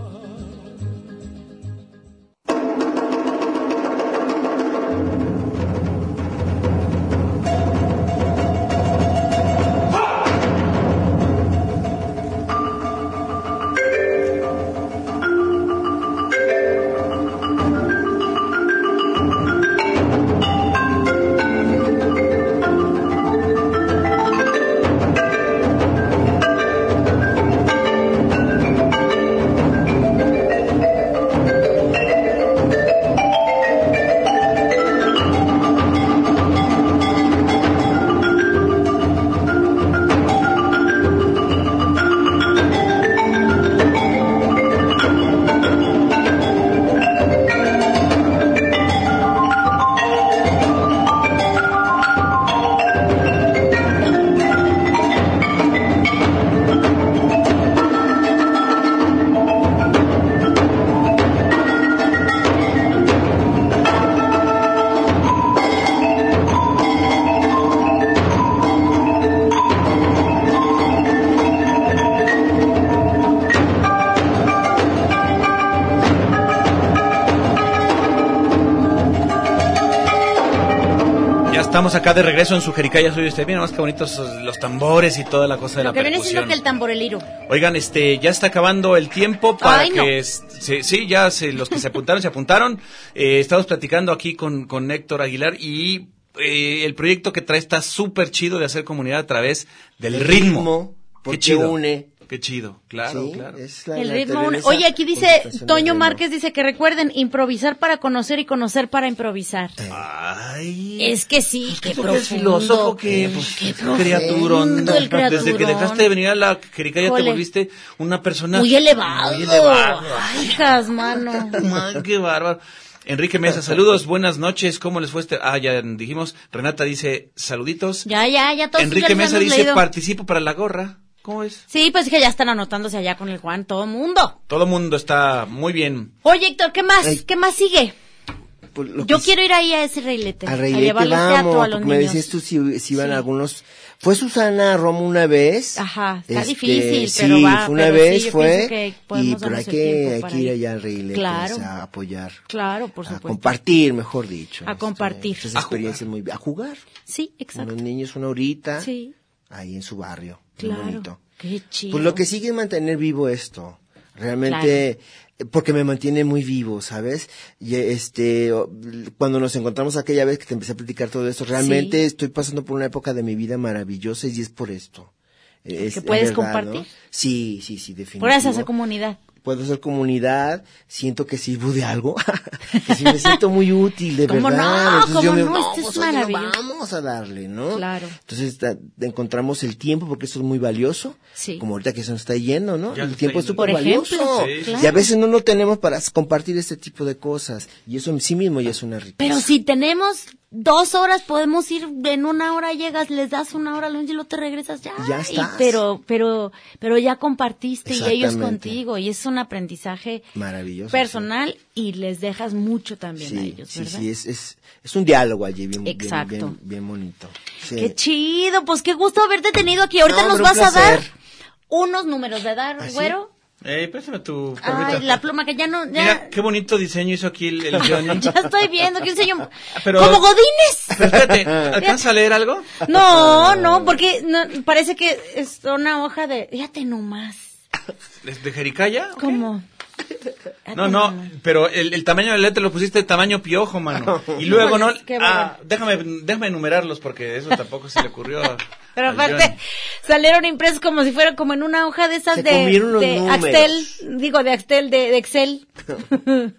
E: Ya estamos acá de regreso en su jericaya. Soy usted. Mira más que bonitos los tambores y toda la cosa de
B: Lo
E: la
B: que viene siendo
E: percusión.
B: que el tamboreliro.
E: Oigan, este, ya está acabando el tiempo para
B: Ay,
E: que
B: no.
E: es- se- sí, ya se- los que se apuntaron se apuntaron. Eh, estamos platicando aquí con, con Héctor Aguilar y eh, el proyecto que trae está súper chido de hacer comunidad a través del
F: El
E: ritmo.
F: ritmo, porque une.
E: Qué chido, claro,
F: Sí,
E: claro.
F: es la-
B: El
F: la
B: ritmo.
F: teoría
B: une.
F: de esa
B: Oye, aquí dice
F: concentración del
B: Toño
F: ritmo.
B: Márquez, dice que recuerden improvisar para conocer y conocer para improvisar.
E: Ay.
B: Es que sí, qué
E: Tú
B: profundo.
E: Pues que eres filósofo, que
B: Qué
E: criaturón.
B: profundo el
E: Desde que
B: criaturón.
E: dejaste de venir a la jericaya te
B: Jole.
E: volviste una persona
B: Muy elevado.
E: Muy elevado.
B: Ay, hijas, mano.
E: Madre, qué bárbaro. Enrique Mesa, saludos, buenas noches, ¿cómo les fue este? Ah, ya dijimos, Renata dice, saluditos.
B: Ya, ya, ya todos ya
E: Enrique
B: los
E: Mesa
B: hemos
E: dice,
B: leído.
E: participo para la gorra. ¿Cómo es?
B: Sí, pues que ya están anotándose allá con el Juan, todo mundo.
E: Todo mundo está muy bien.
B: Oye, Héctor, ¿qué más?
F: Ey.
B: ¿Qué más sigue?
F: Pues lo
B: Yo
F: que-
B: quiero ir ahí a ese reilete.
F: A
B: a
F: reír que
B: llevarlos teatro a
F: vamos,
B: los
F: porque me
B: niños.
F: decías tú si, si iban algunos... Fue Susana Romo una vez. Este,
B: Ajá, está difícil, pero
F: sí,
B: va,
F: fue una
B: pero sí,
F: vez,
B: yo pienso
F: fue.
B: que podemos
F: y pero hay
B: darnos el tiempo
F: que, hay
B: para
F: que ir
B: ir.
F: allá a reírle,
B: Claro.
F: a apoyar.
B: Claro, por
F: a
B: supuesto.
F: compartir, mejor dicho.
B: A
F: este,
B: compartir.
F: Estas
E: A
F: experiencias muy A jugar.
B: Sí, exacto.
F: Unos niños, una horita.
B: Sí,
F: Ahí en su barrio. muy
B: claro.
F: bonito.
B: Qué chido.
F: Pues lo que sigue es mantener vivo esto. Realmente, eh, porque me mantiene muy vivo, ¿sabes? Y eh, este, o- l- cuando nos encontramos aquella vez que te empecé a platicar todo esto, realmente estoy pasando por una época de mi vida maravillosa y es por esto. Eh, Es,
B: Que
F: es
B: puedes
F: ¿no?
B: compartir.
F: Sí, sí, sí, definitivamente.
B: Gracias hacer comunidad.
F: Puedo hacer comunidad, siento que sirvo de algo, <laughs> que sí me siento muy útil, de
B: ¿Cómo no?
F: verdad. Entonces
B: ¿Cómo
F: yo me-
B: no? Esto es
F: pues, oye,
B: maravilloso.
F: vamos a darle, ¿no?
B: Claro.
F: Entonces ta- encontramos el tiempo porque eso es muy valioso.
B: Sí.
F: Como ahorita que se nos está yendo, ¿no?
E: Ya se
F: el
E: está
F: tiempo es
E: yendo.
F: súper
B: Por ejemplo,
F: valioso.
B: sí,
F: Y a
B: claro.
F: veces no lo tenemos para s- compartir este tipo de cosas. Y eso en sí mismo ya es una riqueza.
B: Pero si tenemos dos horas, podemos ir en una hora, llegas, les das una hora lunch y luego te regresas ya.
F: Ya
B: Y-
F: estás.
B: pero, pero, pero ya compartiste y ellos
F: Exactamente.
B: contigo y es un aprendizaje
F: Maravilloso,
B: personal y les dejas mucho también a
F: Sí,
B: ellos,
F: sí,
B: ¿verdad?
F: sí, es, es, es un diálogo allí bien, bien-
B: Exacto.
F: bien, bien bonito. Sí.
B: Qué chido, pues qué gusto haberte tenido aquí. Ahorita nos
F: No, hombre,
B: vas
F: un
B: a dar
F: placer.
B: unos números de dar,
F: ¿Ah, sí?
B: güero.
E: Ey, Eh, préstame tu
B: Ay,
E: plumita.
B: la pluma que ya no. Ah, Ya,
E: Mira, qué bonito diseño hizo aquí el,
B: <laughs>
E: el Johnny.
B: ya estoy viendo que un señor.
E: Pero-
B: ¡Como Godines!
E: Pero espérate, ¿alcanza a leer algo?
B: No, no, porque no- parece que es una hoja de. Fíjate nomás.
E: ¿De de Jericaya?
F: <laughs>
B: Como. Ah,
E: No, no, pero el, el tamaño de la letra lo pusiste de tamaño piojo,
F: Ah,
E: mano. Y luego no...
B: Híjoles, qué
E: Ah,
B: bárbaro.
E: déjame, déjame enumerarlos porque eso tampoco se le ocurrió a...
B: Pero
E: al
B: aparte,
E: Johnny.
B: salieron impresos como si fuera como en una hoja de esas
F: Se
B: de,
F: comieron los
B: de
F: números.
B: Axtel. Digo, de Axtel, de, de Excel.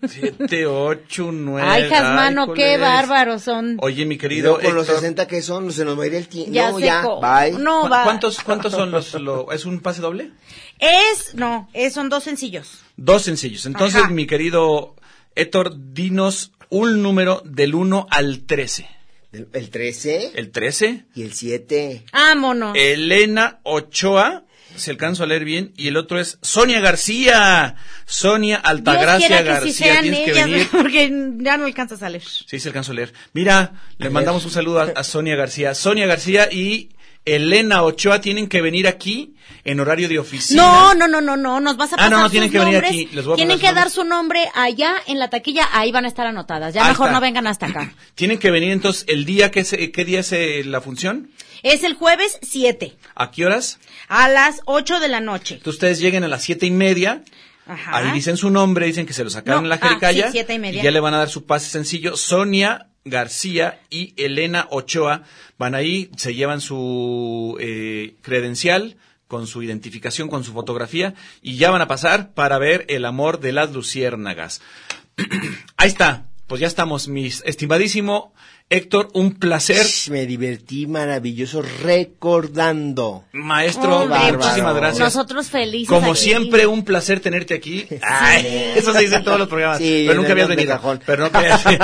E: Siete, ocho, nueve...
B: Ay, Jasmano,
E: híjoles.
B: qué bárbaros son.
E: Oye, mi
F: Y
E: querido
F: luego con los
E: Héctor,
F: 60 que son, se nos va a ir el tiempo.
B: Ya
F: no,
B: se
F: ya,
B: co-
F: bye.
B: No,
E: ¿cu-
B: va.
E: ¿cuántos, ¿cuántos son los... lo- ¿Es un pase doble?
B: Es, no, es, son dos sencillos.
E: Dos sencillos. Entonces,
B: Ajá.
E: mi querido Héctor, dinos un número del 1 al 13.
F: El, el 13
E: El 13,
F: y el 7.
B: Ámonos.
E: Eh, Elena Ochoa, si alcanzo a leer bien, y el otro es Sonia García. Sonia Altagracia
B: Dios quiera que
E: García,
B: sí sean
E: tienes que
B: ellas,
E: venir.
B: <laughs> porque ya no alcanza a salir.
E: Sí, se alcanzó a leer. Mira, le
F: ver.
E: mandamos un saludo a, a Sonia García. Sonia García y Elena Ochoa tienen que venir aquí en horario de oficina.
B: No, no, no, no, no, nos vas
E: Ah,
B: a pasar
E: no, no,
B: sus
E: tienen que venir
B: nombres.
E: aquí, les voy a
B: tienen
E: pasar sus
B: que dar su nombre allá en la taquilla, ahí van a estar anotadas. Ya
E: Ahí
B: mejor
E: está.
B: no vengan hasta acá.
E: Tienen que venir entonces el día que se, qué día es eh, la función,
B: Es el jueves 7
E: a qué horas.
B: a las 8 de la noche.
E: Entonces ustedes lleguen a las siete y media.
B: Ajá.
E: Ahí dicen su nombre, dicen que se lo sacaron
B: No,
E: en la jericaya.
B: ah, sí, siete y media.
E: ya le van a dar su pase sencillo. Sonia García y Elena Ochoa van ahí, se llevan su eh, credencial con su identificación, con su fotografía y ya van a pasar para ver el amor de las luciérnagas. <clears throat> ahí está. Pues ya estamos, mis estimadísimo Héctor, un placer.
F: Shh, Me divertí maravilloso recordando.
E: Maestro,
B: Hombre,
F: pues,
E: muchísimas gracias.
B: Nosotros felices.
E: Como
B: aquí.
E: siempre, un placer tenerte aquí. Ay, eso se dice en todos los programas.
F: Sí,
E: pero nunca
F: de-
E: habías
F: de
E: venido.
F: cajón.
E: Pero no creas.
F: <laughs>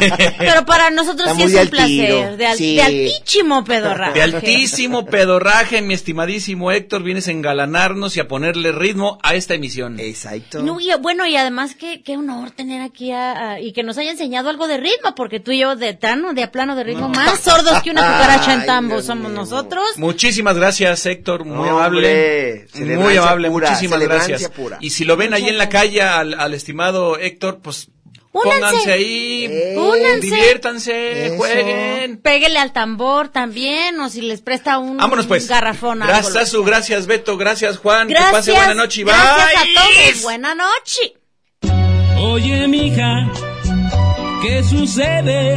E: Este,
B: Pero para nosotros
F: Está
B: sí
F: muy
B: es
F: de
B: un
F: al
B: placer.
F: tiro.
B: De, al-
F: Sí.
B: de altísimo pedorra.
E: De
B: <laughs>
E: altísimo pedorraje, mi estimadísimo Héctor, vienes a engalanarnos y a ponerle ritmo a esta emisión.
F: Exacto.
B: No, y- bueno, y además qué, qué honor tener aquí a, a- y que nos haya enseñado algo de ritmo, porque tú y yo de tan de a plano de ritmo más sordos que una cucaracha en
F: <laughs> Ay,
B: tambo
F: Dios
B: somos
F: mío.
B: nosotros.
E: Muchísimas gracias, Héctor, muy
F: Hombre,
E: amable.
F: celebrancia
E: Muy amable,
F: pura,
E: muchísimas
F: celebrancia
E: gracias.
F: pura.
E: Y si lo ven ahí en la calle al, al estimado Héctor, pues
B: Únanse.
E: pónganse ahí,
F: Eh,
B: únanse.
E: diviértanse,
F: Eso.
E: jueguen.
B: Péguele al tambor también, o si les presta un,
E: Vámonos pues.
B: garrafón. algo.
E: Gracias, su gracias, Beto. Gracias, Juan.
B: Gracias.
E: Que pase buena noche y bye.
B: Gracias a todos. Buena noche.
J: Oye, mija, ¿qué sucede?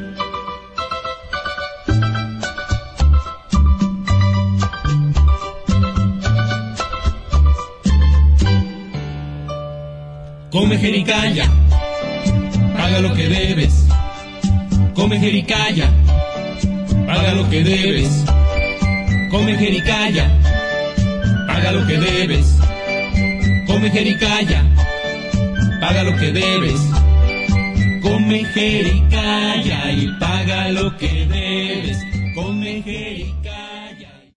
J: Come jericaya, paga lo que debes. Come jericaya, paga lo que debes. Come jericaya, paga lo que debes. Come jericaya paga lo que debes. Come jericaya y paga lo que debes. Come jericaya.